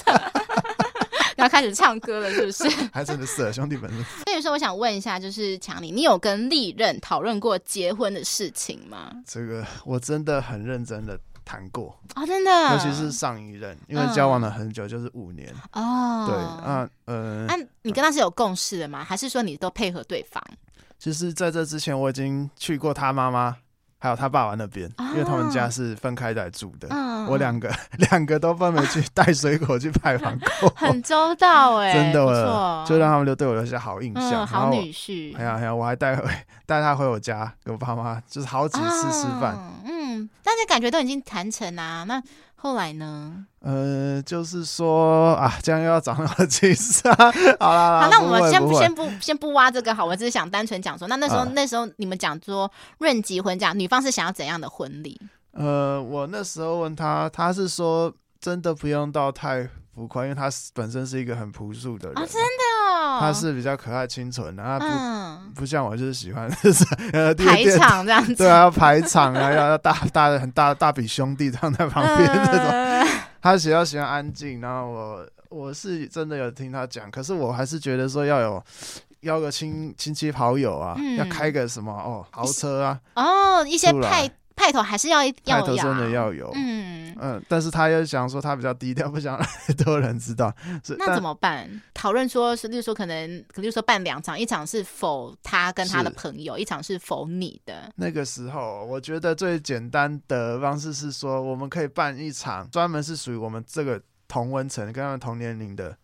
S1: 然后开始唱歌了，是不是？
S2: 还真的是啊兄弟本色。
S1: 所以说，我想问一下，就是强尼，你有跟历任讨论过结婚的事情吗？
S2: 这个我真的很认真的谈过，
S1: 哦，真的，
S2: 尤其是上一任，因为交往了很久，就是五年。
S1: 嗯哦，哎
S2: 对，那呃，
S1: 那你跟他是有共识的吗？还是说你都配合对方？
S2: 其实在这之前我已经去过他妈妈还有他爸爸那边，
S1: 啊
S2: 因为他们家是分开来住的。
S1: 嗯，
S2: 我两个两个都分别去带水果去拜访过，
S1: 嗯很周到哎、
S2: 真的
S1: 不错，
S2: 就让他们留对我留下好印象。
S1: 嗯，
S2: 然
S1: 好
S2: 后我
S1: 女婿，
S2: 哎呀哎呀，我还带回带他回我家，给我爸妈，就是好几次吃饭。
S1: 哦嗯，但是感觉都已经谈成啦、那后来呢？
S2: 呃，就是说啊，这样又要长到七十啊，好啦，
S1: 好，
S2: 啦
S1: 那我
S2: 不
S1: 们
S2: 会
S1: 先
S2: 不
S1: 不
S2: 会
S1: 先不先不挖这个好，我只是想单纯讲说，那那时候、
S2: 嗯
S1: 那时候你们讲说论及婚嫁，女方是想要怎样的婚礼？
S2: 呃，我那时候问他，他是说真的不用到太浮夸，因为他是本身是一个很朴素的人，啊
S1: 哦真哦
S2: 他是比较可爱清纯的，他不、
S1: 嗯
S2: 不像我，就是喜欢就是呃第
S1: 排
S2: 一店
S1: 场这样子，
S2: 对啊，要排场啊，要要大大的很大大比兄弟这样在 旁边
S1: 嗯
S2: 这种，
S1: 种
S2: 他比较喜欢安静，然后我我是真的有听他讲，可是我还是觉得说要有邀个亲亲戚好友啊，
S1: 嗯
S2: 要开个什么哦豪车啊，
S1: 哦，一些
S2: 出来
S1: 派派头还是要
S2: 派
S1: 要
S2: 头
S1: 有啊
S2: 真的要有。嗯
S1: 嗯。
S2: 但是他又想说他比较低调，不想让太多人知道，所 以
S1: 那
S2: 但
S1: 怎么办？讨论说是，例如说可能，例如说办两场，一场是否他跟他的
S2: 是
S1: 朋友，一场是否你的。
S2: 那个时候，我觉得最简单的方式是说，我们可以办一场专门是属于我们这个同温层跟他们同年龄的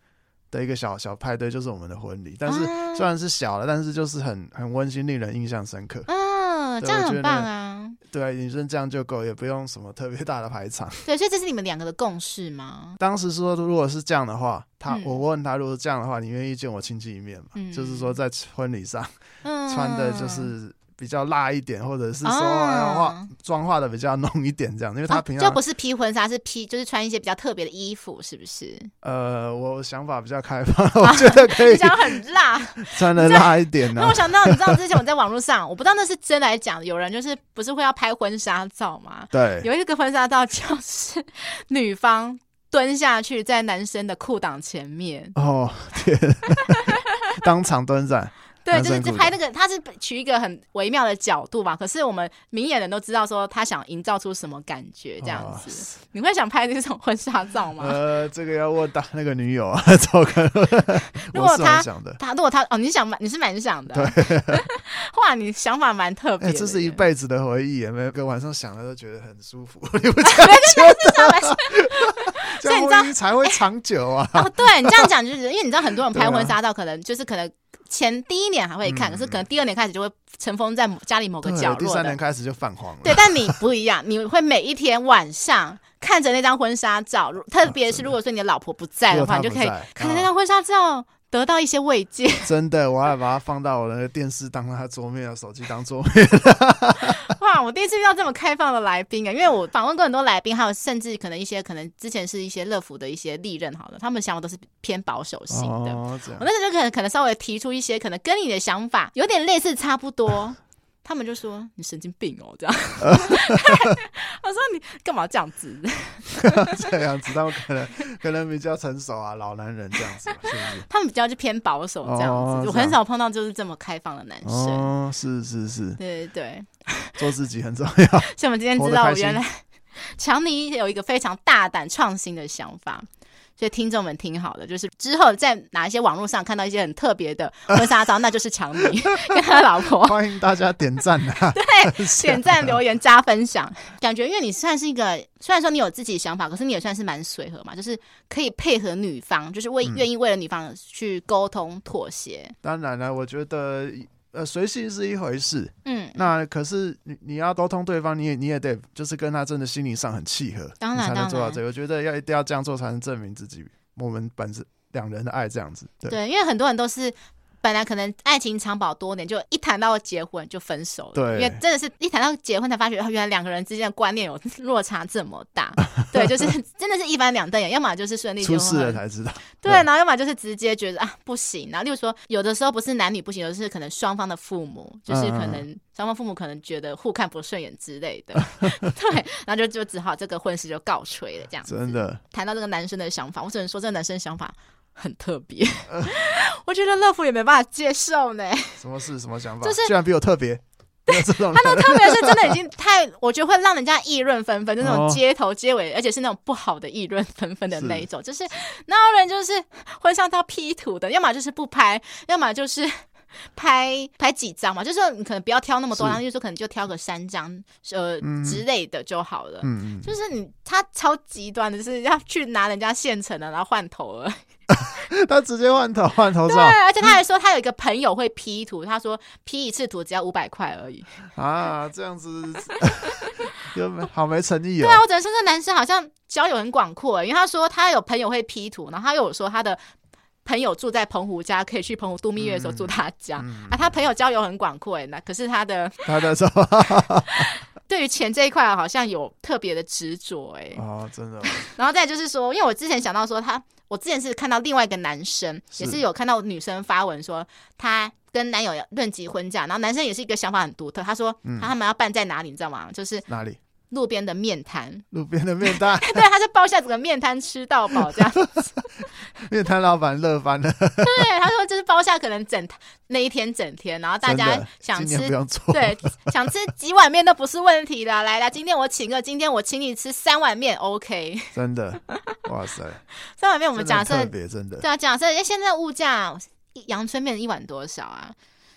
S2: 的一个小小派对，就是我们的婚礼。但是
S1: 啊
S2: 虽然是小了，但是就是很很温馨，令人印象深刻。
S1: 嗯，这
S2: 对
S1: 样
S2: 我
S1: 很
S2: 觉
S1: 棒
S2: 得
S1: 啊！
S2: 对，女生这样就够，也不用什么特别大的排场。
S1: 对，所以这是你们两个的共识吗？
S2: 当时说，如果是这样的话，他、
S1: 嗯
S2: 我问他，如果是这样的话，你愿意见我亲戚一面吗？
S1: 嗯
S2: 就是说在婚礼上
S1: 嗯，
S2: 穿的就是比较辣一点，或者是说
S1: 哦
S2: 哎化妆化的比较浓一点这样，因为他
S1: 哦
S2: 平
S1: 就
S2: 常
S1: 不是披婚纱，是披就是穿一些比较特别的衣服，是不是？
S2: 呃，我想法比较开放，
S1: 啊
S2: 我觉得可以
S1: 你讲很 辣，
S2: 穿的辣一点啊呢
S1: 让我。想到，你知道之前我在网络上，我不知道那是真来讲，有人就是不是会要拍婚纱照吗？
S2: 对，
S1: 有一个婚纱照就是 女方蹲下去在男生的裤裆前面，
S2: 哦天， 当场蹲在，
S1: 对，
S2: 男
S1: 就是
S2: 生
S1: 就
S2: 裤
S1: 拍那个，他是取一个很微妙的角度吧。可是我们明眼人都知道说他想营造出什么感觉这样子。你会想拍这种婚纱照吗？
S2: 呃，这个要问当那个女友啊， 这个
S1: 如
S2: 我
S1: 果
S2: 是
S1: 他
S2: 很想的。
S1: 他如果他哦，你想蛮你是蛮想的，哇，你想法蛮特别
S2: 哎，
S1: 的耶，
S2: 这是一辈子的回忆，每个晚上想了都觉得很舒服。你不
S1: 想法是
S2: 这
S1: 所以你
S2: 样
S1: 知道
S2: 婚姻才会长久啊！
S1: 哦，对你这样讲，就是因为你知道很多人拍
S2: 对啊嗯
S1: 婚纱照，可能就是可能前第一年还会看，可是可能第二年开始就会尘封在某家里某个
S2: 对
S1: 角
S2: 第
S1: 落
S2: 三年
S1: 的。
S2: 开始就泛黄了。
S1: 对，但你不一样，你会每一天晚上看着那张婚纱照，如特别是如果说你的老婆不在的
S2: 啊如果
S1: 话，
S2: 她
S1: 你就
S2: 不
S1: 可以
S2: 在
S1: 看着
S2: 啊
S1: 那张婚纱照得到一些慰 藉。
S2: 真的，我还把它放到我的电视当它桌面啊，手机当桌面。
S1: 哇，我第一次遇到这么开放的来宾啊！因为我访问过很多来宾，还有甚至可能一些可能之前是一些乐福的一些历任好了，他们想法都是偏保守型的。
S2: 哦，这
S1: 我
S2: 样
S1: 那时候就可能可能稍微提出一些可能跟你的想法有点类似，差不 多。他们就说你神经病哦，这样。我说你干嘛这样子？
S2: 这样子，他们可能可能比较成熟啊，老男人这样子吧，是不是？
S1: 他们比较就偏保守这样子，
S2: 哦
S1: 我
S2: 这
S1: 很
S2: 样
S1: 少碰到就是这么开放的男生。
S2: 哦，是是是，
S1: 对对对，
S2: 做自己很重要。
S1: 所以我们今天
S2: 活
S1: 知
S2: 得
S1: 道，
S2: 开
S1: 我原
S2: 心
S1: 来 强尼有一个非常大胆创新的想法。所以听众们听好了，就是之后在哪一些网络上看到一些很特别的 婚纱照，那就是强尼 跟他老婆。
S2: 欢迎大家点赞啊！
S1: 点赞、留言、加分享，感觉因为你算是一个，虽然说你有自己想法，可是你也算是蛮随和嘛，就是可以配合女方，就是为
S2: 嗯
S1: 愿意为了女方去沟通妥协。
S2: 当然了，我觉得呃，随性是一回事，
S1: 嗯，
S2: 那可是你你要沟通对方，你也你也得就是跟他真的心理上很契合，
S1: 当然
S2: 你才能做
S1: 当
S2: 到
S1: 然
S2: 这个。我觉得要一定要这样做，才能证明自己我们本身两人的爱这样子。对，
S1: 对，因为很多人都是。本来可能爱情长跑多年，就一谈到结婚就分手了。
S2: 对
S1: 因为真的是一谈到结婚才发觉，哦原来两个人之间的观念有落差这么 大。对，就是真的是一翻两瞪眼，要么就是顺利结
S2: 出
S1: 婚，
S2: 事了才知道。
S1: 对，
S2: 对
S1: 然后要么就是直接觉得啊不行，然后例如说有的时候不是男女不行，有的是可能双方的父母，就是可能
S2: 嗯
S1: 双方父母可能觉得互看不顺眼之类 的，对，然后就就只好这个婚事就告吹了这样子。
S2: 真的，
S1: 谈到这个男生的想法，我只能说这个男生想法很特别，
S2: 嗯
S1: 我觉得乐福也没办法接受呢。
S2: 什么事什么想法，
S1: 就是
S2: 居然比我特别。没有这种人
S1: 他那种特别是真的已经太，我觉得会让人家议论纷纷，就那种
S2: 哦
S1: 街头街尾，而且是那种不好的议论纷纷的那一
S2: 是
S1: 种，就是那有人就是婚纱照 P 图的，要么就是不拍，要么就是。拍拍几张嘛，就是说你可能不要挑那么多，
S2: 是
S1: 然后就说可能就挑个三张，呃、
S2: 嗯
S1: 之类的就好了。
S2: 嗯，嗯
S1: 就是你他超极端的，就是要去拿人家现成的，然后换头了。
S2: 嗯他直接换头换头照
S1: 对，而且他还说他有一个朋友会 P 图，他说 P 一次图只要五百块而已。
S2: 啊，这样子 有没好没诚意哦
S1: 对啊，。我只能说这男生好像交友很广阔、因为他说他有朋友会 P 图，然后他又有说他的朋友住在澎湖家，可以去澎湖度蜜月的时候住他家。啊，他朋友交友很广阔、哎，那可是他的
S2: 他在说
S1: 对于钱这一块好像有特别的执着、哎、
S2: 哦，真的哦，
S1: 然后再就是说，因为我之前想到说他，我之前是看到另外一个男生，
S2: 是
S1: 也是有看到女生发文说她跟男友要论及婚嫁，然后男生也是一个想法很独特，他说
S2: 嗯
S1: 他他们要办在哪里，你知道吗？就是
S2: 哪里？
S1: 路边的面摊，
S2: 路边的面 摊，
S1: 对，他就包下整个面摊吃到饱 这样。
S2: 面摊老板乐翻了，
S1: 对，他说就是包下可能整那一天整天，然后大
S2: 真
S1: 家
S2: 的
S1: 想
S2: 今
S1: 吃
S2: 年不。用做。
S1: 对，想吃几碗面都不是问题啦。来啦，今天我请客，今天我请你吃三碗面，OK？
S2: 真的，哇塞！
S1: 三碗面我
S2: 我
S1: 们假设
S2: 特，别真的
S1: 对啊，假设哎，诶现在物价一阳春面一碗多少啊？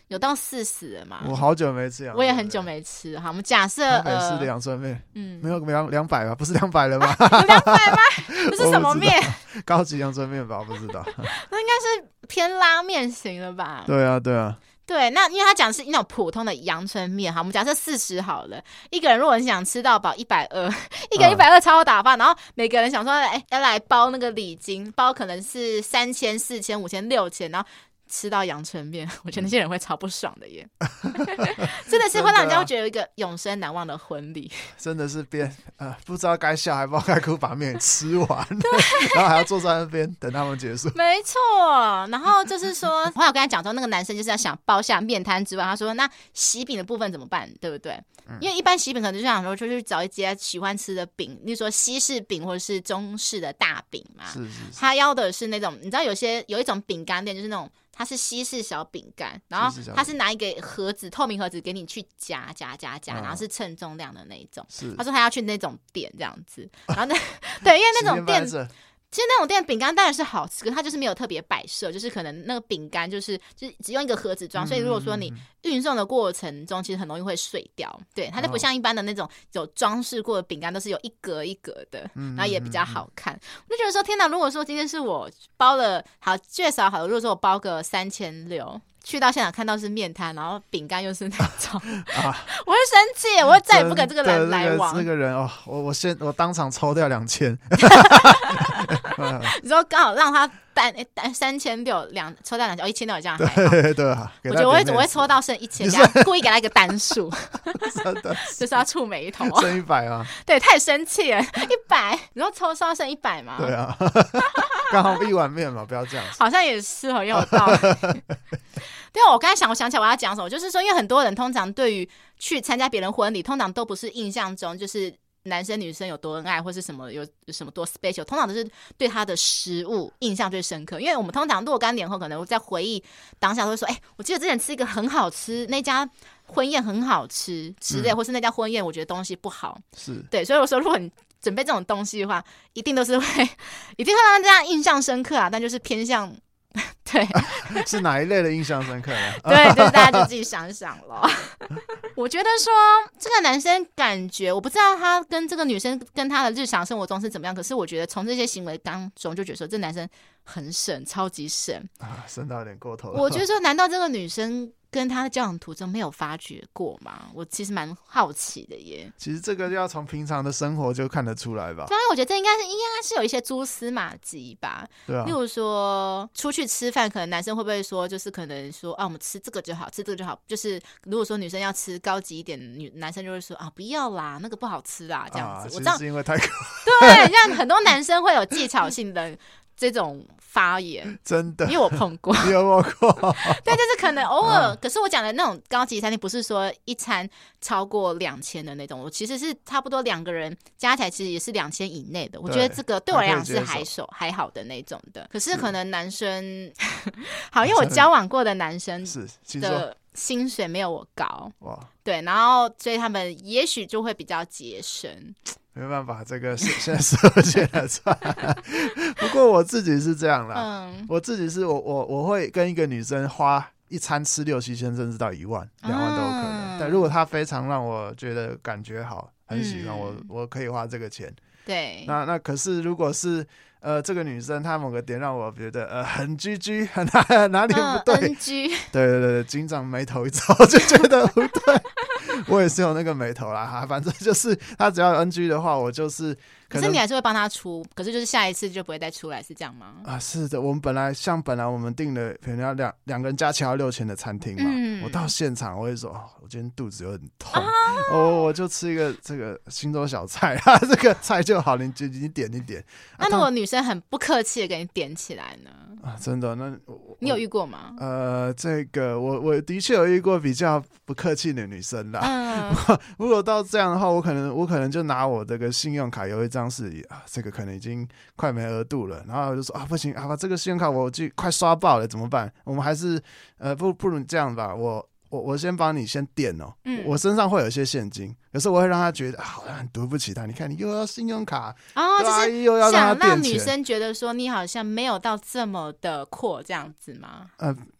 S1: 有到四十了嘛？
S2: 我好久没吃
S1: 啊
S2: 阳春面了，欸
S1: 我也很久没吃。好，我们假设
S2: 台北市的
S1: 呃，
S2: 阳春面，
S1: 嗯，
S2: 没有两两百吧？ 不是两百了吗？
S1: 两百吗？这是什么
S2: 我不知
S1: 面？
S2: 高级阳春面吧？我不知道。
S1: 那应该是偏拉面型的吧？
S2: 对啊，对啊，
S1: 对，那因为他讲的是那种普通的阳春面，好，我们假设四十好了，一个人如果你想吃到饱一百二，一个人一百二超好打发，然后每个人想说，哎，要来包那个礼金，包可能是三千、四千、五千、六千，然后吃到阳春面，我觉得那些人会超不爽的耶，嗯 真的是啊会让人家会觉得有一个永生难忘的婚礼。
S2: 真的是边呃不知道该笑还不知道该哭，把面吃完，然后还要坐在那边等他们结束。
S1: 没错，然后就是说，后 来我跟他讲说，那个男生就是要想包下面摊之外，他说那喜饼的部分怎么办，对不对？
S2: 嗯
S1: 因为一般喜饼可能就想说，就去找一家喜欢吃的饼，例如说西式饼或者是中式的大饼嘛。
S2: 是是是，
S1: 他要的是那种，你知道有些有一种饼干店就是那种。它是西式小饼干，然后
S2: 西式小饼
S1: 它是拿一个盒子，透明盒子给你去夹夹夹夹，
S2: 嗯
S1: 然后是称重量的那一种。
S2: 是
S1: 他说他要去那种店这样子，然后 那对，因为啊那种店
S2: 时间摆着
S1: 其实那种店饼干当然是好吃，可是它就是没有特别摆设，就是可能那个饼干就是就是只用一个盒子装，所以如果
S2: 嗯
S1: 说你运送的过程中，其实很容易会碎掉。对，它就不
S2: 哦
S1: 像一般的那种有装饰过的饼干，都是有一格一格的，
S2: 嗯
S1: 然后也比较好看。我就觉得说，天哪！如果说今天是我包了好最少好了，如果说我包个三千六。去到现场看到是面摊，然后饼干又是那 种， 我会生气，我会再也不跟这个人
S2: 啊嗯真的
S1: 来往。
S2: 这个人哦，我我先我当场抽掉两千，
S1: 你说刚好让他单诶单三千六两抽到两千，哦一千六这样还好。
S2: 对对啊，
S1: 我
S2: 给
S1: 觉得
S2: 他
S1: 我会
S2: 点
S1: 我会
S2: 面子
S1: 抽到剩一千，给他故意给他一个单数，
S2: 真的
S1: 就是要触眉 头。
S2: 剩一百啊，
S1: 对，太生气了，一百，你说抽抽到剩一百嘛？
S2: 对啊， 刚好一碗面嘛，不要这样子。
S1: 好像也是很有道理。 对，我刚才想，我想起来我要讲什么，就是说，因为很多人通常对于去参加别人婚礼，通常都不是印象中就是男生女生有多恩爱，或是什么有有什么多 special，通常都是对他的食物印象最深刻。因为我们通常若干年后，可能在回忆当下，会说，哎、我记得之前吃一个很好吃那家。婚宴很好吃之类，或是那家婚宴我觉得东西不好，
S2: 是
S1: 对，所以我说，如果你准备这种东西的话，一定都是会， 一定会让大家印象深刻啊。但就是偏向， 对
S2: 是哪一类的印象深刻呢？
S1: 对，就是大家就自己想想了。 我觉得说这个男生感觉，我不知道他跟这个女生跟他的日常生活中是怎么样，可是我觉得从这些行为当中就觉得说，这男生很省，超级省。
S2: 啊，深到有点过头了。
S1: 我觉得说，难道这个女生跟他的交往途中没有发觉过吗？我其实蛮好奇的耶。
S2: 其实这个要从平常的生活就看得出来吧，
S1: 当然，我觉得这应该是应该是有一些蛛丝马迹吧。
S2: 对啊
S1: 例，如说出去吃饭，可能男生会不会说，就是可能说啊，我们吃这个就好，吃这个就好。就是如果说女生要吃高级一点，女男生就会说啊，不要啦，那个不好吃啦，这样
S2: 啊
S1: 子。
S2: 其
S1: 我知
S2: 实
S1: 道，
S2: 是因为太
S1: 对，让很多男生会有技巧性的这种发 言，
S2: 真的
S1: 因为我碰过。
S2: 你有没有过？
S1: 对，就是可能偶尔，
S2: 嗯
S1: 可是我讲的那种高级餐厅，不是说一餐超过两千的那种，我其实是差不多两个人加起来，其实也是两千以内的。我觉得这个对我来讲是
S2: 还可
S1: 还
S2: 以嗯
S1: 手还好的那种的。可是
S2: 是
S1: 可能男生， 好，因为我交往过的男生
S2: 是，请说
S1: 的薪水没有我高，
S2: 哇，
S1: 对，然后所以他们也许就会比较节省。
S2: 没办法，这个是现在社会现在赚。 不过我自己是这样啦，
S1: 嗯，
S2: 我自己是我我我会跟一个女生花一餐吃六七千，甚至到一万、两万都有可能。
S1: 嗯
S2: 但如果她非常让我觉得感觉好，很喜欢、
S1: 嗯
S2: 我，我可以花这个钱。
S1: 对，
S2: 那那可是如果是呃这个女生她某个点让我觉得呃很居居， 哪哪里
S1: 嗯
S2: 不对，
S1: ，NG，
S2: 对对对对，警长眉头一皱 就觉得不对，我也是有那个眉头啦。反正就是他只要有 NG 的话，我就是
S1: 可
S2: 可
S1: 是
S2: 能
S1: 你还是会帮他出，可是就是下一次就不会再出来，是这样吗？
S2: 啊，是的，我们本来像本来我们订了可能要两两个人加起来要六千的餐厅嘛，
S1: 嗯啊
S2: 我到现场我会说，哦，我今天肚子有点痛，哦，我就吃一个这个新州小菜啊，这个菜就好，你就你点你点。啊
S1: 那如果女生很不客气的给你点起来呢？
S2: 啊，真的，那我我
S1: 你有遇过吗？
S2: 呃，这个我我的确有遇过比较不客气的女生啦。
S1: 嗯，
S2: 如果到这样的话，我可能我可能就拿我这个信用卡有一张是啊，这个可能已经快没额度了，然后我就说啊不行啊，把这个信用卡我就快刷爆了，怎么办？我们还是呃不不如这样吧，我我我先帮你先垫哦，
S1: 嗯
S2: 我身上会有一些现金，可是我会让他觉得啊好像很对不起他，你看你又要信用卡，
S1: 哦，
S2: 对啊
S1: 就是
S2: 又要
S1: 想
S2: 让他
S1: 让
S2: 垫
S1: 女
S2: 钱，
S1: 生觉得说你好像没有到这么的阔这样子吗？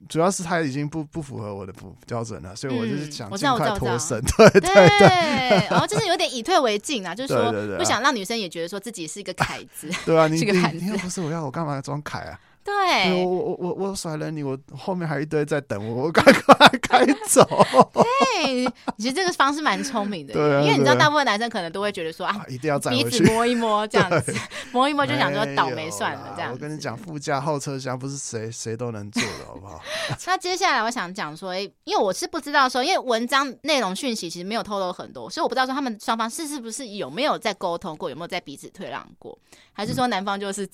S2: 主要是他已经不不符合我的不标准了，所以我就是
S1: 嗯
S2: 想
S1: 我知
S2: 尽
S1: 道我知
S2: 快
S1: 道我知
S2: 脱
S1: 道
S2: 身， 对对对
S1: 对，然后就是有点以退为进啊，就是说
S2: 对对对啊
S1: 不想让女生也觉得说自己是一个凯子。
S2: 对啊，你
S1: 这个
S2: 你
S1: 盘子哎
S2: 你又不是我要，我干嘛装凯啊？对
S1: 对
S2: 我我我我我甩了你，我后面还有一堆在等我，我赶快开 走。
S1: 对，哎其实这个方式蛮聪明的，
S2: 对啊
S1: 因为你知道，
S2: 对啊
S1: 大部分男生可能都会觉得说啊
S2: 啊，一定要载
S1: 彼
S2: 回
S1: 此
S2: 去。
S1: 摸一摸这样 子，摸一摸
S2: 我
S1: 就想说倒霉算了这样。
S2: 我跟你，讲，副驾后车厢不是谁谁都能坐的，好 不好？
S1: 那接下来我想讲说，诶因为我是不知道说，因为文章内容讯息其实没有透露很多，所以我不知道说他们双方是是不是有没有在沟通过，有没有在彼此退让过，还是
S2: 嗯
S1: 说男方就是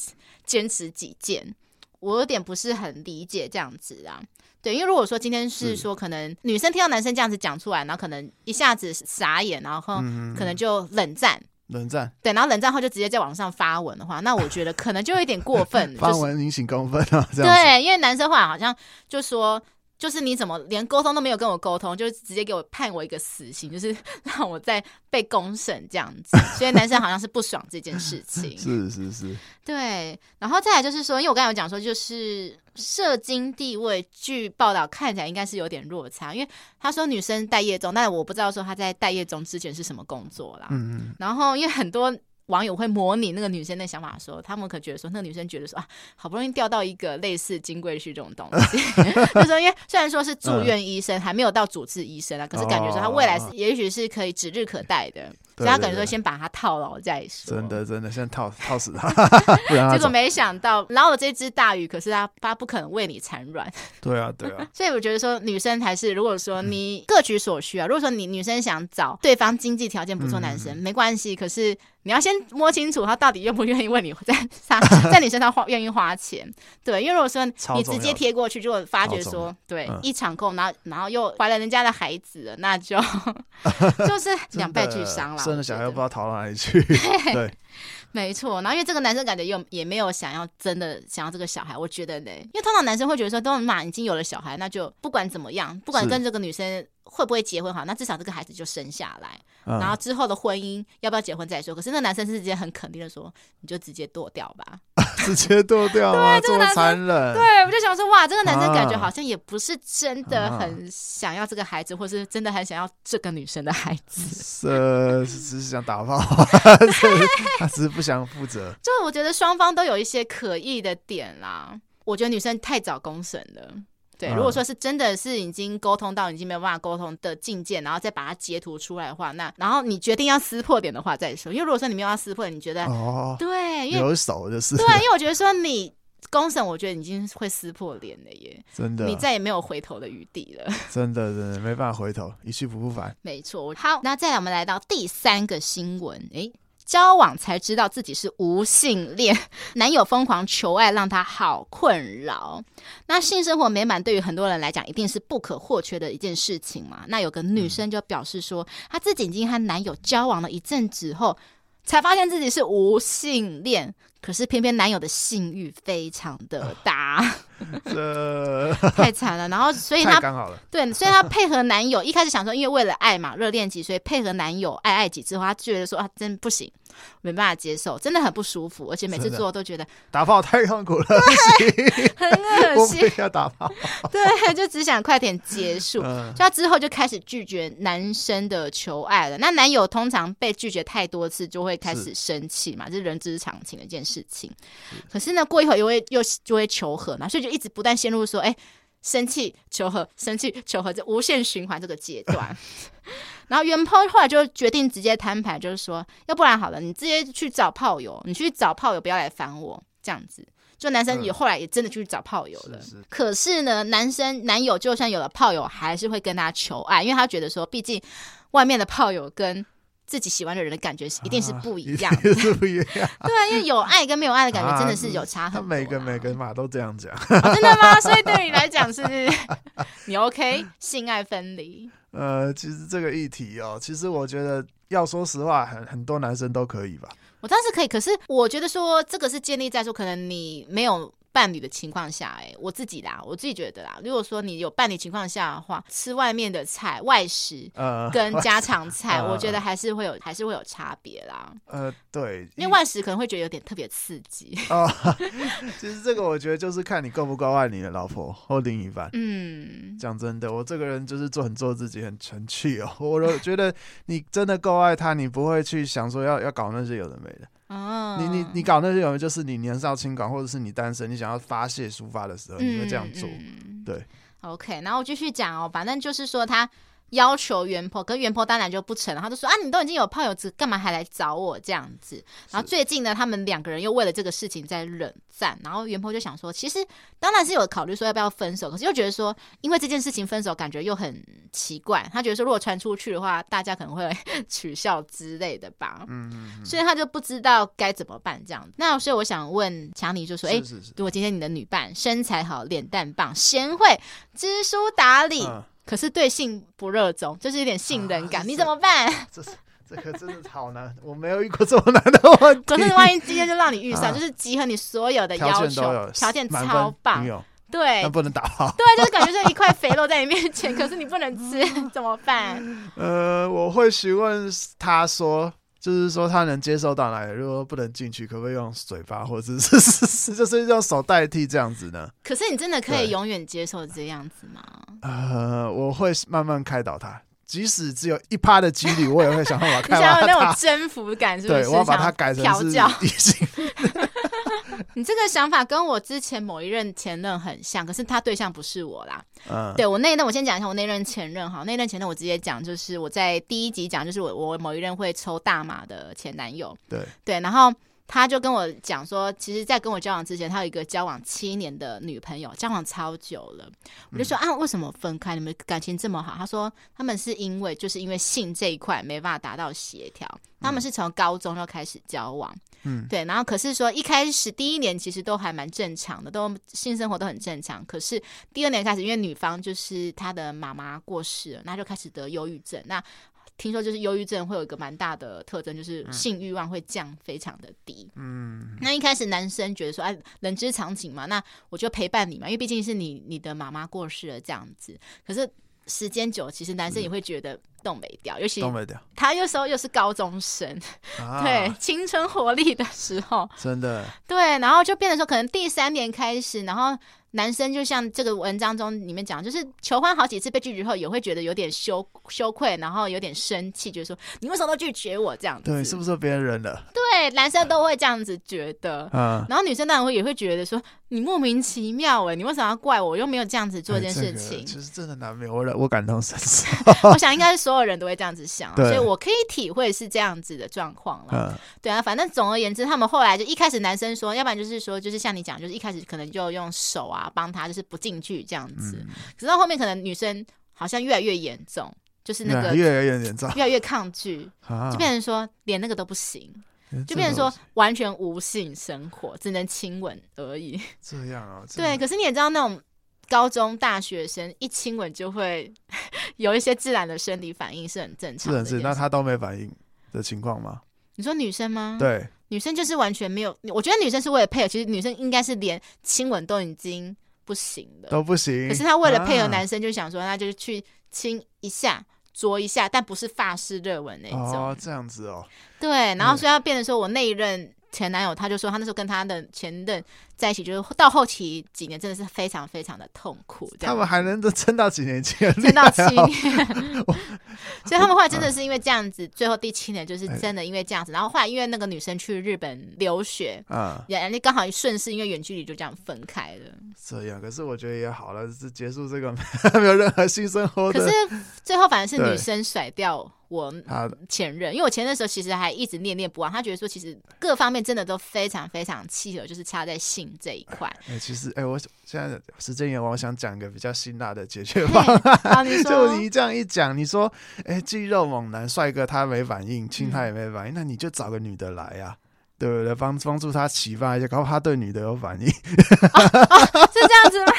S1: 坚持己见。我有点不是很理解这样子啊，对，因为如果说今天是
S2: 是
S1: 说可能女生听到男生这样子讲出来，然后可能一下子傻眼，然后
S2: 嗯，
S1: 可能就冷战，
S2: 冷战
S1: 对，然后冷战后就直接在网上发文的话，那我觉得可能就有点过 分，
S2: 发
S1: 就是
S2: 文引起公愤啊，这样子。
S1: 对，因为男生后来好像就说。就是你怎么连沟通都没有跟我沟通，就直接给我判我一个死刑，就是 让我再被公审这样子，所以男生好像是不爽这件 事情。
S2: 是是是，
S1: 对，然后再来就是说，因为我刚才有讲说，就是社经地位，据报道看起来应该是有点落差，因为他说女生待业中，但我不知道说她在待业中之前是什么工作啦。
S2: 嗯嗯，
S1: 然后因为很多网友会模拟那个女生的想法说，他们可觉得说，那个女生觉得说啊，好不容易钓到一个类似金龟婿这种东西， 就说因为虽然说是住院医生，还没有到主治医生啊，可是感觉说他未来是、
S2: 哦
S1: 也许是可以指日可待的，所
S2: 对
S1: 以他感
S2: 对
S1: 觉说
S2: 对
S1: 先把他套牢再说。
S2: 真。的真的，现在套套死 他，不然他
S1: 结果
S2: 走。
S1: 没想到，然后我这只大鱼，可是他他不可能为你产卵，
S2: 对啊对啊，
S1: 所以我觉得说，女生还是如果说
S2: 嗯
S1: 你各取所需啊，如果说你女生想找对方经济条件不错男
S2: 嗯
S1: 生，没关系，可是你要先摸清楚他到底愿不愿意为你在 在在你身上花愿意花钱，对，因为如果说
S2: 超
S1: 你
S2: 重
S1: 直
S2: 要
S1: 接贴过去，如果发觉
S2: 超重
S1: 说对、
S2: 嗯
S1: 一场空，然后然后又怀了人家的孩子了，那就 就是 两败俱伤啦。
S2: 真的生
S1: 我觉
S2: 了小孩
S1: 得
S2: 又不知道逃到哪里 去。对，
S1: 没错，然后因为这个男生感觉又也没有想要真的想要这个小孩，我觉得呢，因为通常男生会觉得说，都嘛已经有了小孩，那就不管怎么样，不管
S2: 是
S1: 跟这个女生会不会结婚好，那至少这个孩子就生下来，
S2: 嗯
S1: 然后之后的婚姻要不要结婚再说。可是那个男生是直接很肯定的说，你就直接剁掉吧。
S2: 嗯直接剁掉啊，这么残忍。
S1: 对，我就想说，哇，这个男生感觉
S2: 啊
S1: 好像也不是真的很想要这个孩子，或是真的很想要这个女生的孩子。
S2: 呃，只是想打炮， 他只是不想负 责。
S1: 就我觉得双方都有一些可疑的点啦。我觉得女生太早公审了。对，
S2: 嗯
S1: 如果说是真的是已经沟通到已经没有办法沟通的境界，然后再把它截图出来的话，那然后你决定要撕破点的话再说。因为如果说你没有要撕破，你觉得、
S2: 哦，
S1: 对，因为
S2: 留手就是
S1: 对，啊因为我觉得说你公审，我觉得你已经会撕破脸了耶，
S2: 真的
S1: 你，再也没有回头的余地了。
S2: 真的，真的没办法回头，一去不复返。
S1: 没错。好，那再来我们来到第三个新闻，诶。交往才知道自己是无性恋， 男友疯狂求爱让她好困扰。那性生活美满对于很多人来讲一定是不可或缺的一件事情嘛。那有个女生就表示说，她自己已经和男友交往了一阵子后，才发现自己是无性恋，可是偏偏男友的性欲非常的大，
S2: 这
S1: 太惨了。然后所以她
S2: 太刚好了，
S1: 对，所以她配合男友，一开始想说，因为为了爱嘛，热恋期，所以配合男友爱爱几次后，她觉得说啊，真不行，没办法接受，真的很不舒服，而且每次
S2: 真的
S1: 做都 觉得
S2: 打炮太痛苦了，
S1: 很恶
S2: 我
S1: 心，
S2: 不要打炮。
S1: 对， 就只想快点结束。
S2: 嗯，
S1: 所以她之后就开始拒绝男生的求爱了。那男友通常被拒绝太多次，就会开始生气嘛，这是人之常情的一件事情。可是呢，过一会儿又会又就会求和嘛，所以就一直不断陷入说，哎、生气求和，生气求和，这无限循环这个阶段。 然后原抛后来就决定直接摊牌，就是说，要不然好了，你直接去找炮友，你去找炮友，不要来烦我，这样子。就男生也
S2: 嗯
S1: 后来也真的去找炮友了，
S2: 是是
S1: 可是呢，男生男友就算有了炮友，还是会跟他求爱，因为他觉得说，毕竟外面的炮友跟自己喜欢的人的感觉是一定是不一样
S2: 啊
S1: 的。
S2: 一定是不一样。
S1: 对，因为有爱跟没有爱的感觉真啊的是有差很
S2: 他
S1: 多、
S2: 每个每、个嘛都这样讲，
S1: 哦，真的吗？所以对你来讲是， 你 OK 性爱分离，
S2: 呃，其实这个议题哦，其实我觉得要说实话，很很多男生都可以吧。
S1: 我当时可以，可是我觉得说这个是建立在说可能你没有。伴侣的情况下、哎，我自己啦，我自己觉得啦。如果说你有伴侣情况下的话，吃外面的菜、外食，
S2: 呃，
S1: 跟家常菜，
S2: 嗯
S1: 我觉得还是会有还是会有差别啦。
S2: 呃，对，
S1: 因为外食可能会觉得有点特别刺激，
S2: 哦，其实这个我觉得就是看你够不够爱你的老婆或另一半。
S1: 嗯，
S2: 讲真的，我这个人就是做很做自己，很成气哦。我觉得你真的够爱他，你不会去想说要要搞那些有的没的。
S1: 哦，
S2: 你你你搞那些有的就是你年少轻狂，或者是你单身，你想要发泄抒发的时候，你会这样做。
S1: 嗯
S2: 对。
S1: OK，然后我继续讲哦，反正就是说他要求袁婆，可是袁婆当然就不承认，他就说啊，你都已经有炮友子，干嘛还来找我这样子？然后最近呢，他们两个人又为了这个事情在冷战，然后袁婆就想说，其实当然是有考虑说要不要分手，可是又觉得说，因为这件事情分手，感觉又很奇怪，他觉得说如果传出去的话，大家可能会 取笑之类的吧，
S2: 嗯，
S1: 所以他就不知道该怎么办这样。那所以我想问强尼，就说，哎、
S2: 是是是，
S1: 如果今天你的女伴身材好、脸蛋棒、贤惠、知书达理，
S2: 嗯，
S1: 可是对性不热衷，就是有点性冷感，
S2: 啊
S1: 你怎么办？
S2: 这是这个真的好难，我没有遇过这么难的问题。
S1: 可是万一今天就让你遇 上，
S2: 啊
S1: 就是集合你所有的
S2: 条
S1: 要
S2: 件都
S1: 求
S2: 有，，
S1: 条件
S2: 满
S1: 超
S2: 分
S1: 棒哎
S2: 女，友
S1: 对
S2: 但不能打炮。
S1: 对，就是感觉是一块肥肉在你面前，可是你不能 吃，怎么办？
S2: 呃，我会询问他说，就是说他能接受到哪里？如果不能进去，可不可以用嘴巴，或者是是是就是用手代替这样子呢？
S1: 可是你真的可以
S2: 对
S1: 永远接受这样子吗？
S2: 呃，我会慢慢开导他，即使只有一趴的几率，我也会想办法
S1: 你
S2: 开
S1: 想要
S2: 导
S1: 有那种
S2: 他。
S1: 征服感，是不是？
S2: 对，我要把
S1: 想
S2: 它改成
S1: 调
S2: 是
S1: 教。
S2: 异性。
S1: 你这个想法跟我之前某一任前任很像，可是他对象不是我啦。
S2: 嗯，
S1: 对我那一任，我先讲一下我那任前任哈，那任前任我直接讲，就是我在第一集讲，就是我我某一任会抽大麻的前男友，
S2: 对，
S1: 对，然后他就跟我讲说，其实，在跟我交往之前，他有一个交往七年的女朋友，交往超久了，我就说、啊，为什么分开？你们感情这么好？他说他们是因为就是因为性这一块没办法达到协调，他们是从高中就开始交往，
S2: 嗯
S1: 对，然后可是说一开始第一年其实都还蛮正常的，都性生活都很正常。可是第二年开始，因为女方就是她的妈妈过世了，那就开始得忧郁症。那听说就是忧郁症会有一个蛮大的特征，就是性欲望会降非常的低。
S2: 嗯，
S1: 那一开始男生觉得说，哎、人之常情嘛，那我就陪伴你嘛，因为毕竟是你你的妈妈过世了这样子。可是时间久，其实男生也会觉得动没掉，尤其
S2: 东北调。
S1: 他那时候又是高中生，
S2: 啊，
S1: 对，青春活力的时候，
S2: 真的，
S1: 对，然后就变成说，可能第三年开始，然后男生就像这个文章中里面讲，就是求婚好几次被拒绝后，也会觉得有点羞羞愧，然后有点生气，觉得说你为什么都拒绝我这样子？
S2: 对，是不是别人了？
S1: 对，男生都会这样子觉得。
S2: 啊，
S1: 然后女生当然会也会觉得说你莫名其妙哎、你为什么要怪我？我又没有这样子做这件
S2: 哎
S1: 事
S2: 个
S1: 情。
S2: 其实真的难免，我我感同身受。
S1: 我想应该是所有人都会这样子想啊，
S2: 对
S1: 所以我可以体会是这样子的状况了。
S2: 嗯
S1: 对啊，反正总而言之，他们后来就一开始男生说，要不然就是说，就是像你讲，就是一开始可能就用手啊帮他，就是不进去这样子。
S2: 嗯
S1: 可是到后面可能女生好像越来越严重，就是那个
S2: 越来越严重
S1: 越来越抗拒，
S2: 啊，
S1: 就变成说连那个都不行，
S2: 哎
S1: 就
S2: 这
S1: 变成
S2: 个
S1: 说完全无性生活，只能亲吻而已。
S2: 这样啊，真
S1: 对，
S2: 的，
S1: 可是你也知道那种。高中、大学生一亲吻就会 有一些自然的生理反应，是嗯很正常的
S2: 是很
S1: 一件
S2: 是，
S1: 事。
S2: 那他都没反应的情况吗？
S1: 你说女生吗？
S2: 对，
S1: 女生就是完全没有，我觉得女生是为了配合，其实女生应该是连亲吻都已经不行了。
S2: 都不行。
S1: 嗯可是她为了配合
S2: 啊
S1: 男生，就想说，那就是去亲一下、啄一下，但不是法式热吻那种。
S2: 哦，这样子哦，
S1: 对，然后
S2: 嗯
S1: 所以要变成说我那一任前男友，他就说他那时候跟他的前任在一起，就是到后期几年真的是非常非常的痛苦。这样
S2: 他们还能撑到几年前，
S1: 撑到七
S2: 厉害哦
S1: 年， 所以他们后来真的是因为这样子，最后第七年就是真的因为这样子，然后后来因为那个女生去日本留学，
S2: 啊，
S1: 人家刚好顺势，因为远距离就这样分开了。
S2: 这样。可是我觉得也好了，是结束这个 没有任何性生活
S1: 可是
S2: 的。
S1: 最后反而是
S2: 哦对
S1: 女生甩掉我
S2: 他
S1: 前任，因为我前任的时候其实还一直念念不忘，他觉得说其实各方面真的都非常非常契合，就是差在性这一 块。
S2: 哎，其实哎，我现在时间也完，我想讲一个比较辛辣的解决
S1: 嘿
S2: 方案。
S1: 然后你
S2: 就
S1: 说
S2: 你这样一讲，你说，哎，肌肉猛男帅哥他没反
S1: 嗯
S2: 应，亲他也没反应，那你就找个女的来啊，对不对？帮帮助他启发一下，搞不好他对女的有反应。
S1: 是这样子吗？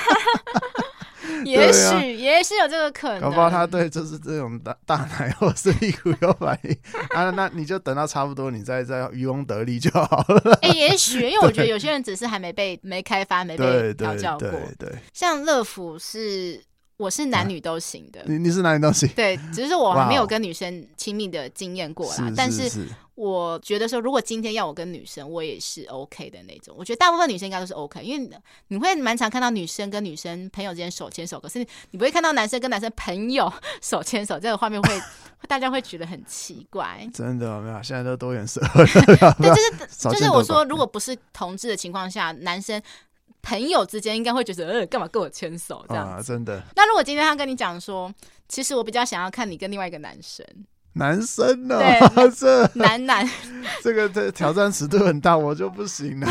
S1: 也许、
S2: 对啊
S1: 也许有这个可能，
S2: 搞不好他对就是这种大大奶或是屁股有反应啊，那你就等到差不多，你再再渔翁得利就好了。
S1: 哎、也许，因为我觉得有 些人只是还没被没开发、没被
S2: 对
S1: 哎调
S2: 对
S1: 教过。
S2: 对对，
S1: 像乐福是我是男女都行的。
S2: 你你是哪里东西？
S1: 对，只是我还没
S2: 哇
S1: 有
S2: 哦
S1: 跟女生亲密的经验过啦，
S2: 是
S1: 但
S2: 是
S1: 是我觉得说，如果今天要我跟女生，我也是 OK 的那种。我觉得大部分女生应该都是 OK，因为你会蛮常看到女生跟女生朋友之间手牵手，可是你不会看到男生跟男生朋友 手牵手，这个画面 会大家会觉得很奇怪。
S2: 真的哦没有，现在都多元社
S1: 对，
S2: 会，
S1: 就是
S2: 少
S1: 就是
S2: 见
S1: 我
S2: 多
S1: 说，
S2: 吧
S1: 如果不是同志的情况下，男生朋友之间应该会觉得，呃，干嘛跟我牵手这样子
S2: 啊，真的
S1: 那如果今天他跟你讲说，其实我比较想要看你跟另外一个男生，
S2: 男生呢、
S1: 对
S2: 这
S1: 男男，
S2: 这个这挑战尺度很大，我就不行了。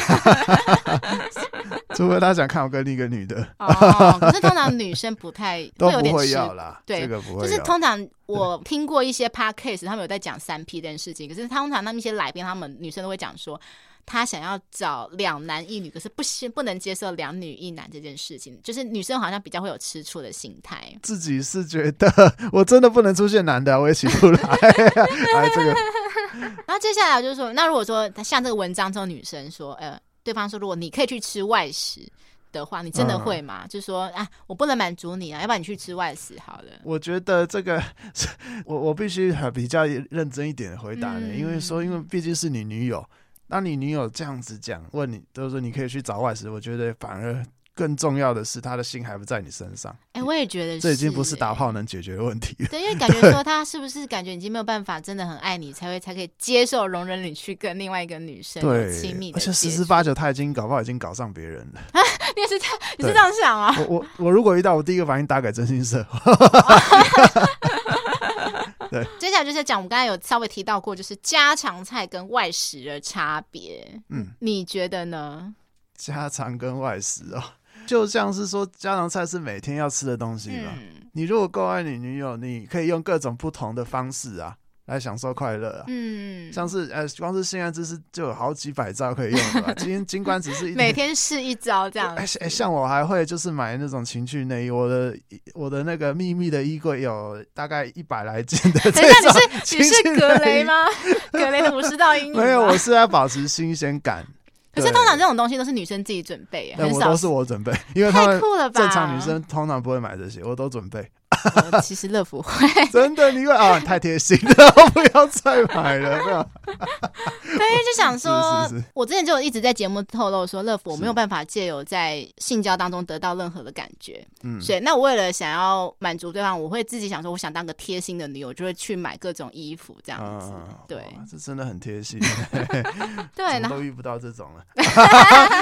S2: 除非他想看我跟另一个女的，
S1: 哦，可是通常女生不 太
S2: 都
S1: 有点
S2: 不会
S1: 吃
S2: 要啦，
S1: 对
S2: 这个不会
S1: 就
S2: 要。
S1: 是通常我听过一些 podcast，他们有在讲三 P 这件事情，可是通常他们一些来宾，他们女生都会讲说，她想要找两男一女，可是不是不能接受两女一男这件事情，就是女生好像比较会有吃醋的心态。
S2: 自己是觉得我真的不能出现男的啊、我 也起不来。哎，这个
S1: 然后接下来就是说，那如果说像这个文章中女生说，呃，对方说如果你可以去吃外食的话，你真的
S2: 嗯
S1: 会吗？就说啊，我不能满足你啊，要不然你去吃外食好了。
S2: 我觉得这个我我必须很比较认真一点的回答你，
S1: 嗯
S2: 因为说因为毕竟是你女友，当你女友这样子讲问你，就是说你可以去找外食，我觉得反而更重要的是她的心还不在你身上，
S1: 哎、我也觉得
S2: 这已经不是
S1: 欸
S2: 打炮能解决的问题了。
S1: 对，因为感觉说他是不是感觉已经没有办法真的很爱你，才会才可以接受容忍你去跟另外一个女生有
S2: 对
S1: 亲密，的
S2: 而
S1: 接触。
S2: 且十之八九他已经搞不好已经搞上别人了。
S1: 你也是这样，你是
S2: 对
S1: 这样想啊？
S2: 我我我如果遇到，我第一个反应打给真心社。
S1: 接下来就是讲我们刚才有稍微提到过，就是家常菜跟外食的差别，
S2: 嗯，
S1: 你觉得呢？
S2: 家常跟外食哦， 就像是说家常菜是每天要吃的东西吧。
S1: 嗯
S2: 你如果够爱你女友，你可以用各种不同的方式啊来享受快乐啊。
S1: 嗯，
S2: 像是呃，光是性爱知识就有好几百招可以用啊 了吧。今天尽管只是一
S1: 每
S2: 点
S1: 天试一招这样
S2: 哎、
S1: 子
S2: 哎像我还会就是买那种情趣内衣，我的我的那个秘密的衣柜有大概一百来件的这
S1: 等一下，
S2: 种。
S1: 你是你 是
S2: 情绪
S1: 格
S2: 勒
S1: 雷
S2: 令
S1: 吗？格雷的武士道阴影吗
S2: 没有，我是要保持新鲜感。
S1: 可是
S2: 对
S1: 通常这种东西都是女生自己准备，
S2: 哎
S1: 很
S2: 我
S1: 少
S2: 都是我准备，因为他
S1: 太
S2: 们
S1: 酷了吧？
S2: 正常女生通常不会买这些，我都准备。
S1: 呃，其实乐福会，
S2: 真的，你会 啊，太贴心了，我不要再买了。没有
S1: 对，因为就想说，
S2: 是是是
S1: 我之前就有一直在节目透露说，乐福我
S2: 是
S1: 没有办法借由在性交当中得到任何的感觉，
S2: 嗯，
S1: 所以那我为了想要满足对方，我会自己想说，我想当个贴心的女友，我就会去买各种衣服这样子，
S2: 啊
S1: 对
S2: 哇这真的很贴心，
S1: 对，
S2: 怎么
S1: 然后
S2: 都遇不到这种啊 了，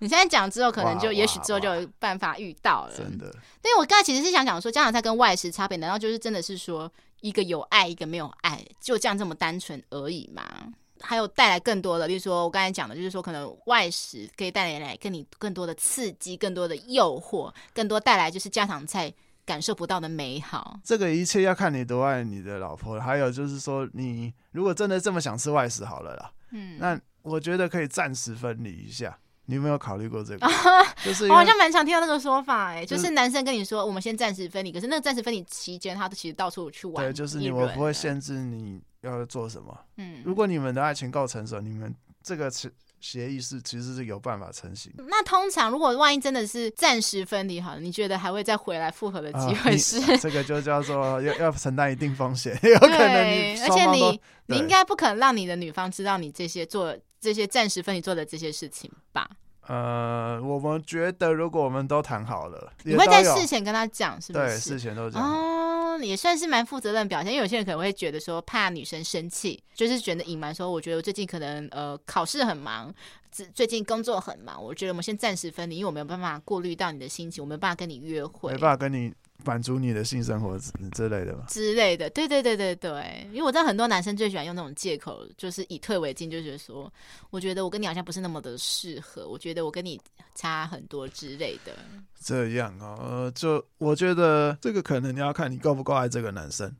S1: 你现在讲之后，可能
S2: 哇
S1: 就
S2: 哇
S1: 也许之后就有办法遇到了。
S2: 真的。
S1: 对，我刚才其实是想讲说，家长菜跟外食差别，难道就是真的是说一个有爱，一个没有爱，就这样这么单纯而已吗？还有带来更多的，例如说我刚才讲的，就是说可能外食可以带来跟你更多的刺激、更多的诱惑、更多带来就是家常菜感受不到的美好。
S2: 这个一切要看你多爱你的老婆，还有就是说，你如果真的这么想吃外食，好了啦，
S1: 嗯，
S2: 那我觉得可以暂时分离一下。你有没有考虑过 这个？就是因
S1: 哦我好
S2: 为
S1: 像蛮常听到那个说法、哎，就
S2: 就是
S1: 是男生跟你说我们先暂时分离，可是那个暂时分离期间，他都其实到处去玩一
S2: 对，
S1: 轮了，
S2: 就是你，我不会限制你要做什么。
S1: 嗯，
S2: 如果你们的爱情够成熟，你们这个协协议是其实是有办法成型的。
S1: 那通常如果万一真的是暂时分离好了，你觉得还会再回来复合的机
S2: 啊
S1: 会
S2: 你
S1: 是？
S2: 这个就叫做要要承担一定 风险，有可能你
S1: 对，而
S2: 双
S1: 且
S2: 方都
S1: 你你
S2: 对
S1: 应该不可能让你的女方知道你这些做这些暂时分离做的这些事情吧？
S2: 呃，我们觉得如果我们都谈好了，
S1: 你
S2: 也
S1: 会
S2: 都
S1: 在
S2: 有
S1: 事前跟他讲，是不
S2: 对
S1: 是
S2: 事？前都这样，
S1: 哦，也算是蛮负责任的表现，因为有些人可能会觉得说怕女生生气，就是觉得隐瞒说，我觉得我最近可能呃考试很忙，最最近工作很忙，我觉得我们先暂时分离，因为我没有办法顾虑到你的心情，我没有办法跟你约会，
S2: 没办法跟你满足你的性生活之之类的吧。
S1: 之类的，对对对对对，因为我知道很多男生最喜欢用那种借口，就是以退为进，就是说，我觉得我跟你好像不是那么的适合，我觉得我跟你差很多之类的。
S2: 这样哦，呃，就我觉得这个可能你要看你够不够爱这个男生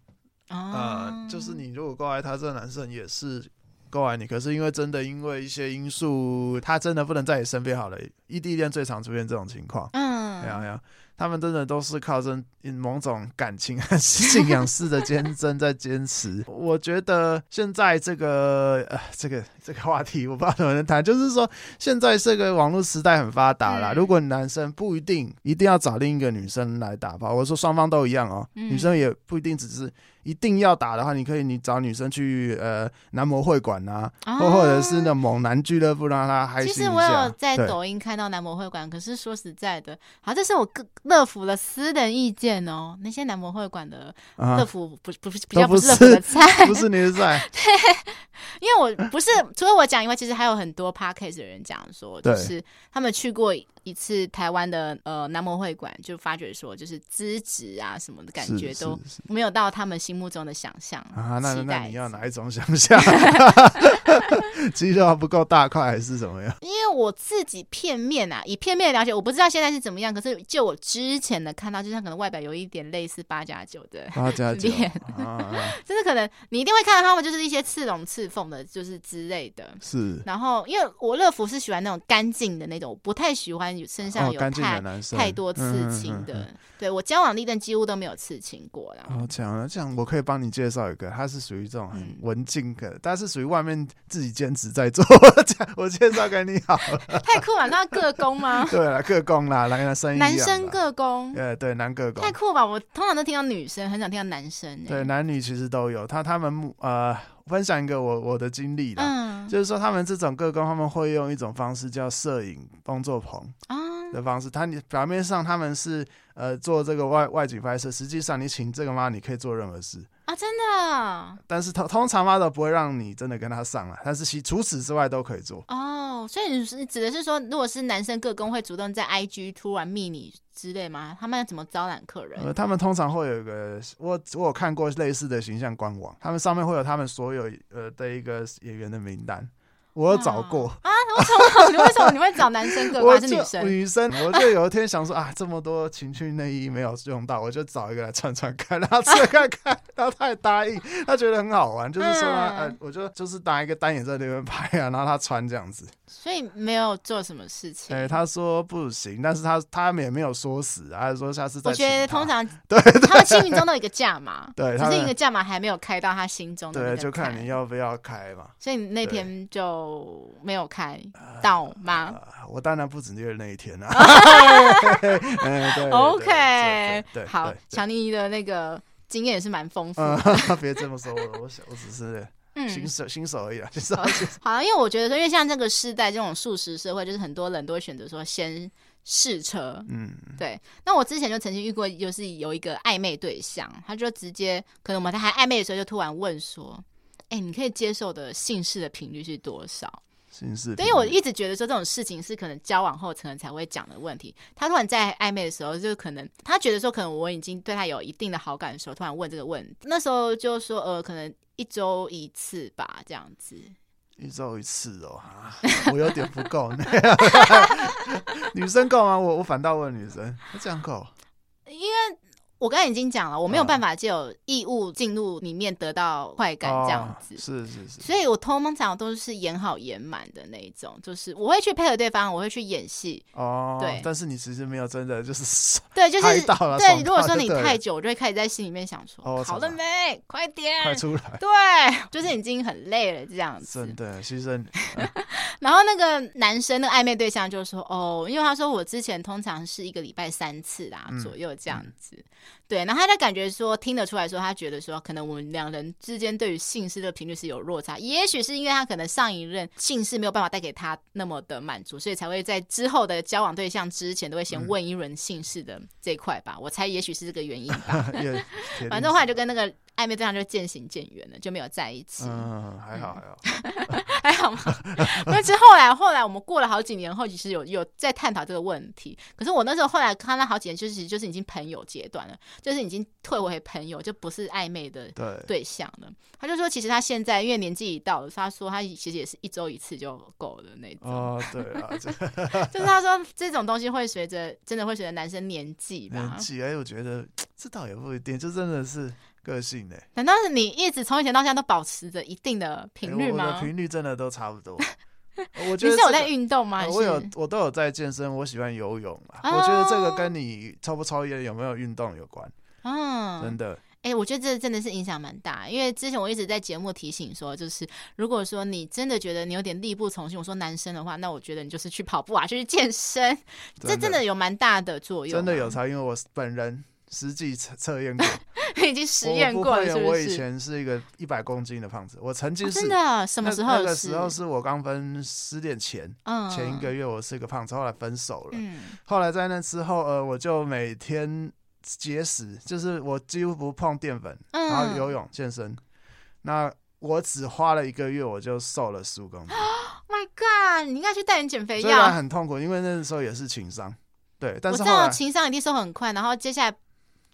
S2: 啊、
S1: 啊，
S2: 就是你如果够爱他，这个男生也是。够爱你，可是因为真的因为一些因素，他真的不能在你身边好了。异地恋最常出现这种情况，哎呀
S1: 嗯，
S2: 哎呀，他们真的都是靠着某种感情和信仰式的坚贞在坚持。我觉得现在这个呃这个这个话题我不知道怎么能谈，就是说现在这个网络时代很发达
S1: 嗯
S2: 啦，如果男生不一定一定要找另一个女生来打炮，我说双方都一样哦，
S1: 嗯
S2: 女生也不一定只是一定要打的话，你可以你找女生去呃男模会馆啊，或或者是那猛男俱乐部让她开
S1: 哦其实
S2: 心一下。
S1: 我有在
S2: 对
S1: 抖音看到男模会馆，可是说实在的，好，这是我个乐福的私人意见哦。那些男模会馆的乐
S2: 啊，
S1: 福不不是比
S2: 都
S1: 较
S2: 不
S1: 是乐福的
S2: 是
S1: 菜，
S2: 不是你的菜，
S1: 因为我不是除了我讲以外，其实还有很多 podcast 的人讲说，就
S2: 对
S1: 是他们去过一次台湾的呃男模会馆，就发觉说就是资质啊什么 的感
S2: 是
S1: 觉
S2: 是
S1: 都
S2: 是
S1: 没有到他们心目中的想象
S2: 啊，那
S1: 期
S2: 那
S1: 待
S2: 你要哪一种想 象？ 肌肉不够大块还是怎么样？
S1: 因为我自己片面啊，以片面的了解，我不知道现在是怎么样。可是就我之前的看到，就是他可能外表有一点类似八加九的，
S2: 八 加九
S1: 脸
S2: 啊啊，
S1: 就是可能你一定会看到他们就是一些刺龙刺凤的，就是之类的。
S2: 是
S1: 然后，因为我乐福是喜欢那种干净的那种，我不太喜欢有身上
S2: 哦，
S1: 有
S2: 干净
S1: 太、
S2: 的男生
S1: 太多刺青。
S2: 嗯嗯嗯
S1: 的。
S2: 嗯
S1: 对我交往历任几乎都没有刺青过啦。
S2: 好强啊！这样我可以帮你介绍一个，他是属于这种很
S1: 嗯
S2: 文静的，但是属于外面自己兼职在做。我介我介绍给你好 了。？
S1: 太酷了，那各工吗
S2: 对了，各工啦，来来生意一样
S1: 男
S2: 啦
S1: 生各工，
S2: 呃对男各工
S1: 太，酷吧！我通常都听到女生，很少听到男生、欸。
S2: 对，男女其实都有。他他们目呃分享一个我我的啊经历啦，
S1: 嗯
S2: 就是说，他们这种各工，他们会用一种方式叫摄影工作棚
S1: 啊，
S2: 的方式。他你表面上他们是呃做这个外外景拍摄，实际上你请这个妈，你可以做任何事。
S1: 啊，真的
S2: 但是通通常妈都不会让你真的跟他上了，但是其除此之外都可以做。
S1: 哦。所以你是指的是说，如果是男生各工会主动在 IG 突然密你之类吗？他们要怎么招揽客人？
S2: 呃，他们通常会有一个，我我有看过类似的形象官网，他们上面会有他们所有呃的一个演员的名单，我有找过。
S1: 啊你为什么你会找男生各工
S2: 我
S1: 还是
S2: 就
S1: 女生？
S2: 女生，我就有一天想说啊，这么多情趣内衣没有用到，我就找一个来穿穿看，然后试看看，然后他也答应，他觉得很好玩，就是说啊
S1: 嗯
S2: 呃，我就就是拿一个单眼在那边拍啊，然后他穿这样子，
S1: 所以没有做什么事情。
S2: 哎，他说不行，但是他他们也没有说死，他说下次再
S1: 我觉
S2: 请
S1: 得
S2: 他
S1: 通常
S2: 对
S1: 他们心目中都有一个价码，
S2: 对
S1: 只
S2: 他
S1: 是
S2: 们
S1: 一个价码还没有开到他心中的那
S2: 对，
S1: 个
S2: 就看
S1: 坎
S2: 你。要不要开嘛。
S1: 所以你那天就没有开到吗
S2: 啊，我当然不止约那一天啊。 哎对对对
S1: ？OK，
S2: 对，对
S1: 好，
S2: 对
S1: 强尼的那个经验也是蛮丰富 的。
S2: 嗯，别这么说，我我想我只是
S1: 嗯，
S2: 新手新手而已啊，新手
S1: 好好，因为我觉得说，因为像这个世代这种素食社会，就是很多人都会选择说先试车。
S2: 嗯，
S1: 对，那我之前就曾经遇过，就是有一个暧昧对象，他就直接可能我们在还暧昧的时候，就突然问说：“哎、你可以接受的性事的频率是多少？”
S2: 新式。
S1: 对，因为我一直觉得说这种事情是可能交往后可能才会讲的问题。他突然在暧昧的时候，就可能他觉得说，可能我已经对他有一定的好感的时候，突然问这个问题，那时候就说呃，可能一周一次吧，这样子。
S2: 一周一次哦，啊 我有点不够。 女生够吗？我我反倒问女生，这样够？
S1: 我刚才已经讲了，我没有
S2: 啊
S1: 办法就有义务进入里面得到快感这样子。
S2: 哦是是是。
S1: 所以我通常都是演好演满的那一种，就是我会去配合对方，我会去演戏。
S2: 哦，
S1: 对
S2: 但是你其实没有真 的就是
S1: 对，就
S2: 嗨
S1: 是
S2: 到了爽
S1: 对。如果
S2: 到
S1: 说
S2: 就
S1: 你
S2: 对了
S1: 太久，我就会开始在心里面想说，
S2: 哦
S1: 好
S2: 操
S1: 了没？快点，
S2: 快出来，
S1: 对，就是已经很累了这样子
S2: 真。的牺牲
S1: 然后那个男生那个暧昧对象就说：“哦，因为他说我之前通常是一个礼拜三次啦、
S2: 嗯
S1: 左右这样子。对，然后他就感觉说听得出来说，他觉得说可能我们两人之间对于性事的频率是有落差，也许是因为他可能上一任性事没有办法带给他那么的满足，所以才会在之后的交往对象之
S2: 嗯
S1: 前都会先问一轮性事的这一块吧。我猜也许是这个原因 吧。
S2: 也，嗯铁
S1: 反正
S2: 定是
S1: 后来就跟那个暧昧对象就渐行渐远了，就没有在一起。
S2: 嗯，还好还好。
S1: 还好吗？ 但是后来，后来我们过了好几年后，其实有有在探讨这个问题。可是我那时候后来看到好几年，就是就是已经朋友阶段了，就是已经退回朋友，就不是暧昧的
S2: 对，
S1: 对象了。他就说，其实他现在因为年纪已到了，他说他其实也是一周一次就够了那种。
S2: 哦，对啊，这个
S1: 就是他说这种东西会随着真的会随着男生年纪吧
S2: 年？纪哎，我觉得这倒也不一定，就真的是个性呢。
S1: 难道是你一直从以前到现在都保持着一定的频率
S2: 哎我我
S1: 吗？
S2: 的频率真的都差不多。我觉
S1: 你
S2: 得
S1: 是有
S2: 这
S1: 在
S2: 个
S1: 运动吗？
S2: 呃
S1: 还
S2: 我有
S1: 是
S2: 我都有在健身，我喜欢游泳啊。
S1: 哦
S2: 我觉得这个跟你抽不抽烟、有没有运动有关，真
S1: 嗯，
S2: 的。
S1: 哎、我觉得这真的是影响蛮大，因为之前我一直在节目提醒说，就是如果说你真的觉得你有点力不从心，我说男生的话，那我觉得你就是去跑步啊，去健 身，这真的有蛮大的作用啊，
S2: 真的有差，因为我本人实际测测验过，
S1: 啊已经 实
S2: 我
S1: 验
S2: 不
S1: 过
S2: 会啊
S1: 了，是不
S2: 我以
S1: 是？
S2: 前是一个一百公斤的胖子，我曾经
S1: 哦
S2: 是、
S1: 真的，什么时候
S2: 那
S1: 的
S2: 那个
S1: 事
S2: 时候是我刚分失恋前。
S1: 嗯
S2: 前一个月我是个胖子，后来分手了。
S1: 嗯
S2: 后来在那之后，呃，我就每天节食，就是我几乎不碰淀粉，
S1: 嗯，
S2: 然后游泳、健身。那我只花了一个月，我就瘦了十五公斤，
S1: 啊，Oh My God！你应该去带点减肥
S2: 虽然
S1: 药。
S2: 很痛苦，因为那时候也是情商。对，但
S1: 我
S2: 是
S1: 知
S2: 后
S1: 道
S2: 来，
S1: 情商一定瘦很快，然后接下来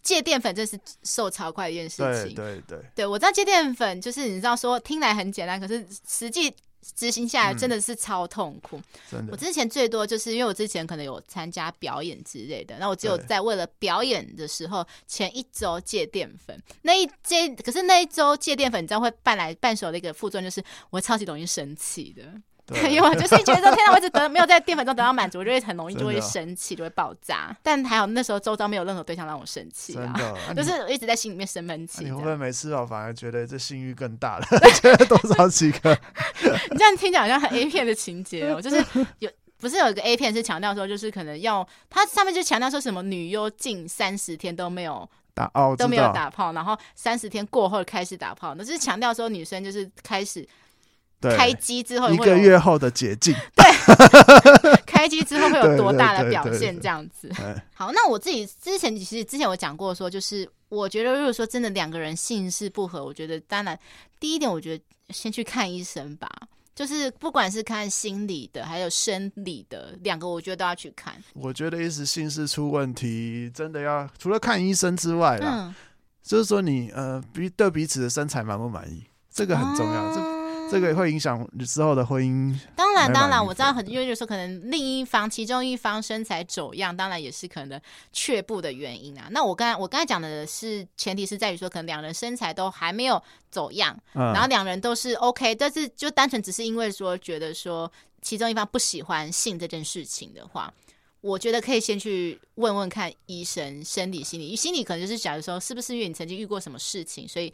S1: 戒淀粉真是瘦超快的一件事
S2: 对
S1: 情。
S2: 对对，
S1: 对我知道戒淀粉就是你知道说听来很简单，可是实际执行下来真
S2: 嗯
S1: 的是超痛苦。
S2: 真
S1: 我
S2: 的，
S1: 之前最多就是因为我之前可能有参加表演之类的，那我只有
S2: 对
S1: 在为了表演的时候前一周戒淀粉，那一戒可是那一周戒淀粉，你知道会伴来伴手的一个副作用就是我超级容易生气的。对， 因
S2: 对
S1: 为我就是觉得说，天哪，我一直得没有在淀粉中得到满足，我就会很容易就会
S2: 真的啊
S1: 生气，就会爆炸。但还好那时候周遭没有任何对象让我生气
S2: 真
S1: 啊，
S2: 的。啊
S1: 就
S2: 你
S1: 是我一直在心里面生闷
S2: 啊
S1: 气。
S2: 你
S1: 这
S2: 会不
S1: 样
S2: 会没吃饱反而觉得这性欲更大了？ 觉得多找几 个？
S1: 你这样听起来好像很 A 片的情节 哦，就是有。不是有一个 A 片是强调说，就是可能要它上面就强调说什么女优近三十天都没有
S2: 打哦，我
S1: 都
S2: 知
S1: 没有
S2: 道
S1: 打炮，然后三十天过后开始打炮，那就是强调说女生就是开始
S2: 对
S1: 开机之后
S2: 一
S1: 会有
S2: 个月后的解禁，
S1: 开机之后会有多大的
S2: 对对对
S1: 表
S2: 对
S1: 现
S2: 对
S1: 这样子。
S2: 哎
S1: 好，那我自己之前其实之前我讲过说，就是我觉得如果说真的两个人性是不合，我觉得当然第一点，我觉得先去看医生吧。就是不管是看心理的，还有生理的，两个我觉得都要去看。
S2: 我觉得一时性事出问题，真的要除了看医生之外啦，
S1: 嗯，
S2: 就是说你呃彼对彼此的身材满不满意，这个很重要，
S1: 这
S2: 这这个会影响你之后的婚姻。
S1: 当然，
S2: 蛮
S1: 当
S2: 满
S1: 然，
S2: 意
S1: 我知
S2: 的
S1: 道很，因为就是说可能另一方其中一方身材走样，当然也是可能却步的原因啊。那我刚才我刚才讲的是前提是在于说，可能两人身材都还没有走样，
S2: 嗯，
S1: 然后两人都是 OK，但是就单纯只是因为说觉得说其中一方不喜欢性这件事情的话，我觉得可以先去问问看医生生理心理，心理可能就是假如说是不是因为你曾经遇过什么事情，所以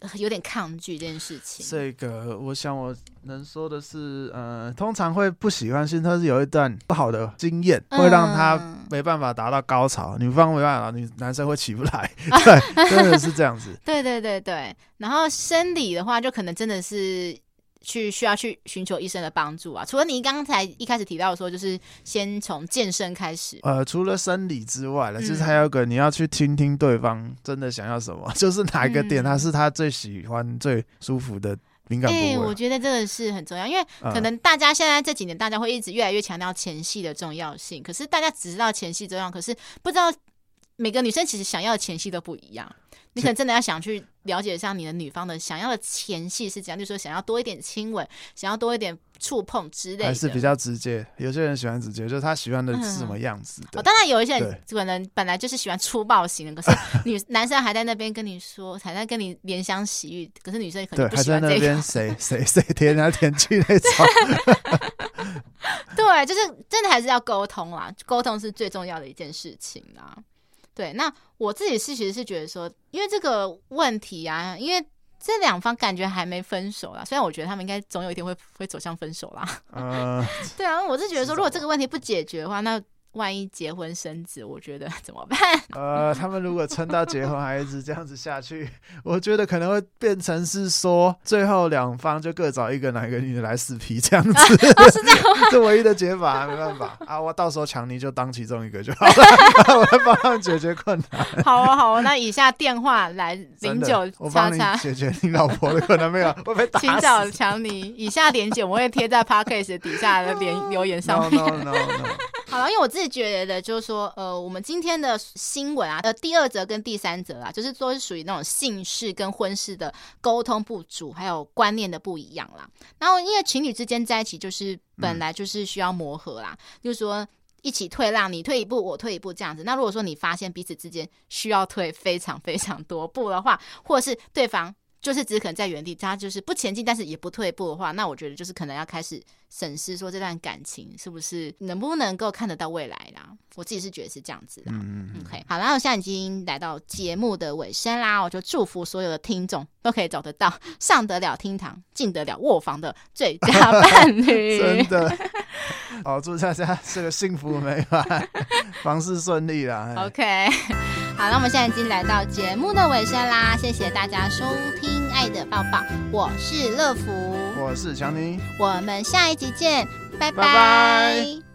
S1: 呃有点抗拒这件事情。
S2: 这个我想我能说的是，呃，通常会不喜欢性，它是有一段不好的经验，会让他
S1: 嗯
S2: 没办法达到高潮，女方没办法，女男生会起不来，对，真的是这样子。
S1: 对对对对，然后生理的话，就可能真的是去需要去寻求医生的帮助啊。除了你刚才一开始提到说，就是先从健身开始，
S2: 呃，除了生理之外呢，
S1: 嗯
S2: 其实还有一个你要去听听对方真的想要什么，就是哪一个点
S1: 嗯
S2: 他是他最喜欢、最舒服的敏感部
S1: 哎、我
S2: 位。啊
S1: 觉得这个是很重要，因为
S2: 嗯
S1: 可能大家现在这几年，大家会一直越来越强调前戏的重要性，可是大家只知道前戏重要，可是不知道每个女生其实想要的前戏都不一样。你可能真的要想去了解一下你的女方的想要的前戏是怎样，就是说想要多一点亲吻，想要多一点触碰之类的，
S2: 还是比较直接，有些人喜欢直接，就是他喜欢的是什么样子的。
S1: 哦，当然有一些人
S2: 对
S1: 可能本来就是喜欢粗暴型 的，可是女男生还在那边跟你说，还在跟你怜香惜玉，可是女生可
S2: 对
S1: 能，不
S2: 还
S1: 喜
S2: 在
S1: 欢
S2: 那
S1: 这个。
S2: 边谁谁谁舔来舔去那种，
S1: 对，就是真的还是要沟通啦，沟通是最重要的一件事情啦。对，那我自己是其实是觉得说，因为这个问题啊，因为这两方感觉还没分手啦，虽然我觉得他们应该总有一天会会走向分手啦。
S2: 呃，
S1: 对啊，我是觉得说，
S2: 迟
S1: 如果
S2: 早
S1: 这个问题不解决的话，那万一结婚生子，我觉得 怎么办？
S2: 呃，他们如果撑到结婚还一直这样子下去，我觉得可能会变成是说，最后两方就各找一个男一个女的来死皮这样子，
S1: 哦
S2: 是这样唯一的解法，没办法啊，我到时候强尼就当其中一个就好了， 我来帮他们解决困难。
S1: 好哦，好哦，那以下电话来
S2: 真
S1: 零
S2: 的
S1: 九
S2: 我
S1: 叉
S2: 帮你
S1: 叉，
S2: 解决你老婆的困难没有？会被打
S1: 请找
S2: 死。
S1: 强尼。以下连接我会贴在 podcast 底下的连留言上
S2: No
S1: 面。
S2: no no no，
S1: 好了，因为我自己觉得就是说，呃，我们今天的新闻啊，呃，第二则跟第三则啊，就是都是属于那种姓氏跟婚事的沟通不足，还有观念的不一样啦。然后因为情侣之间在一起，就是本来就是需要磨合啦，就是说。一起退让，你退一步，我退一步，这样子。那如果说你发现彼此之间需要退非常非常多步的话，或者是对方就是只可能在原地，他就是不前进，但是也不退步的话，那我觉得就是可能要开始审视说这段感情是不是能不能够看得到未来啦。我自己是觉得是这样子啦。
S2: 嗯，
S1: OK，好啦，然后现在已经来到节目的尾声啦，我就祝福所有的听众都可以找得到上得了厅堂、进得了卧房的最 佳伴侣
S2: 真。的。好，祝大家这个幸福美满，房事顺利啦。哎
S1: OK，好， 那我们现在已经来到节目的尾声啦，谢谢大家收听《爱的抱抱》，我是乐福，
S2: 我是强尼。
S1: 我们下一集见，拜
S2: 拜拜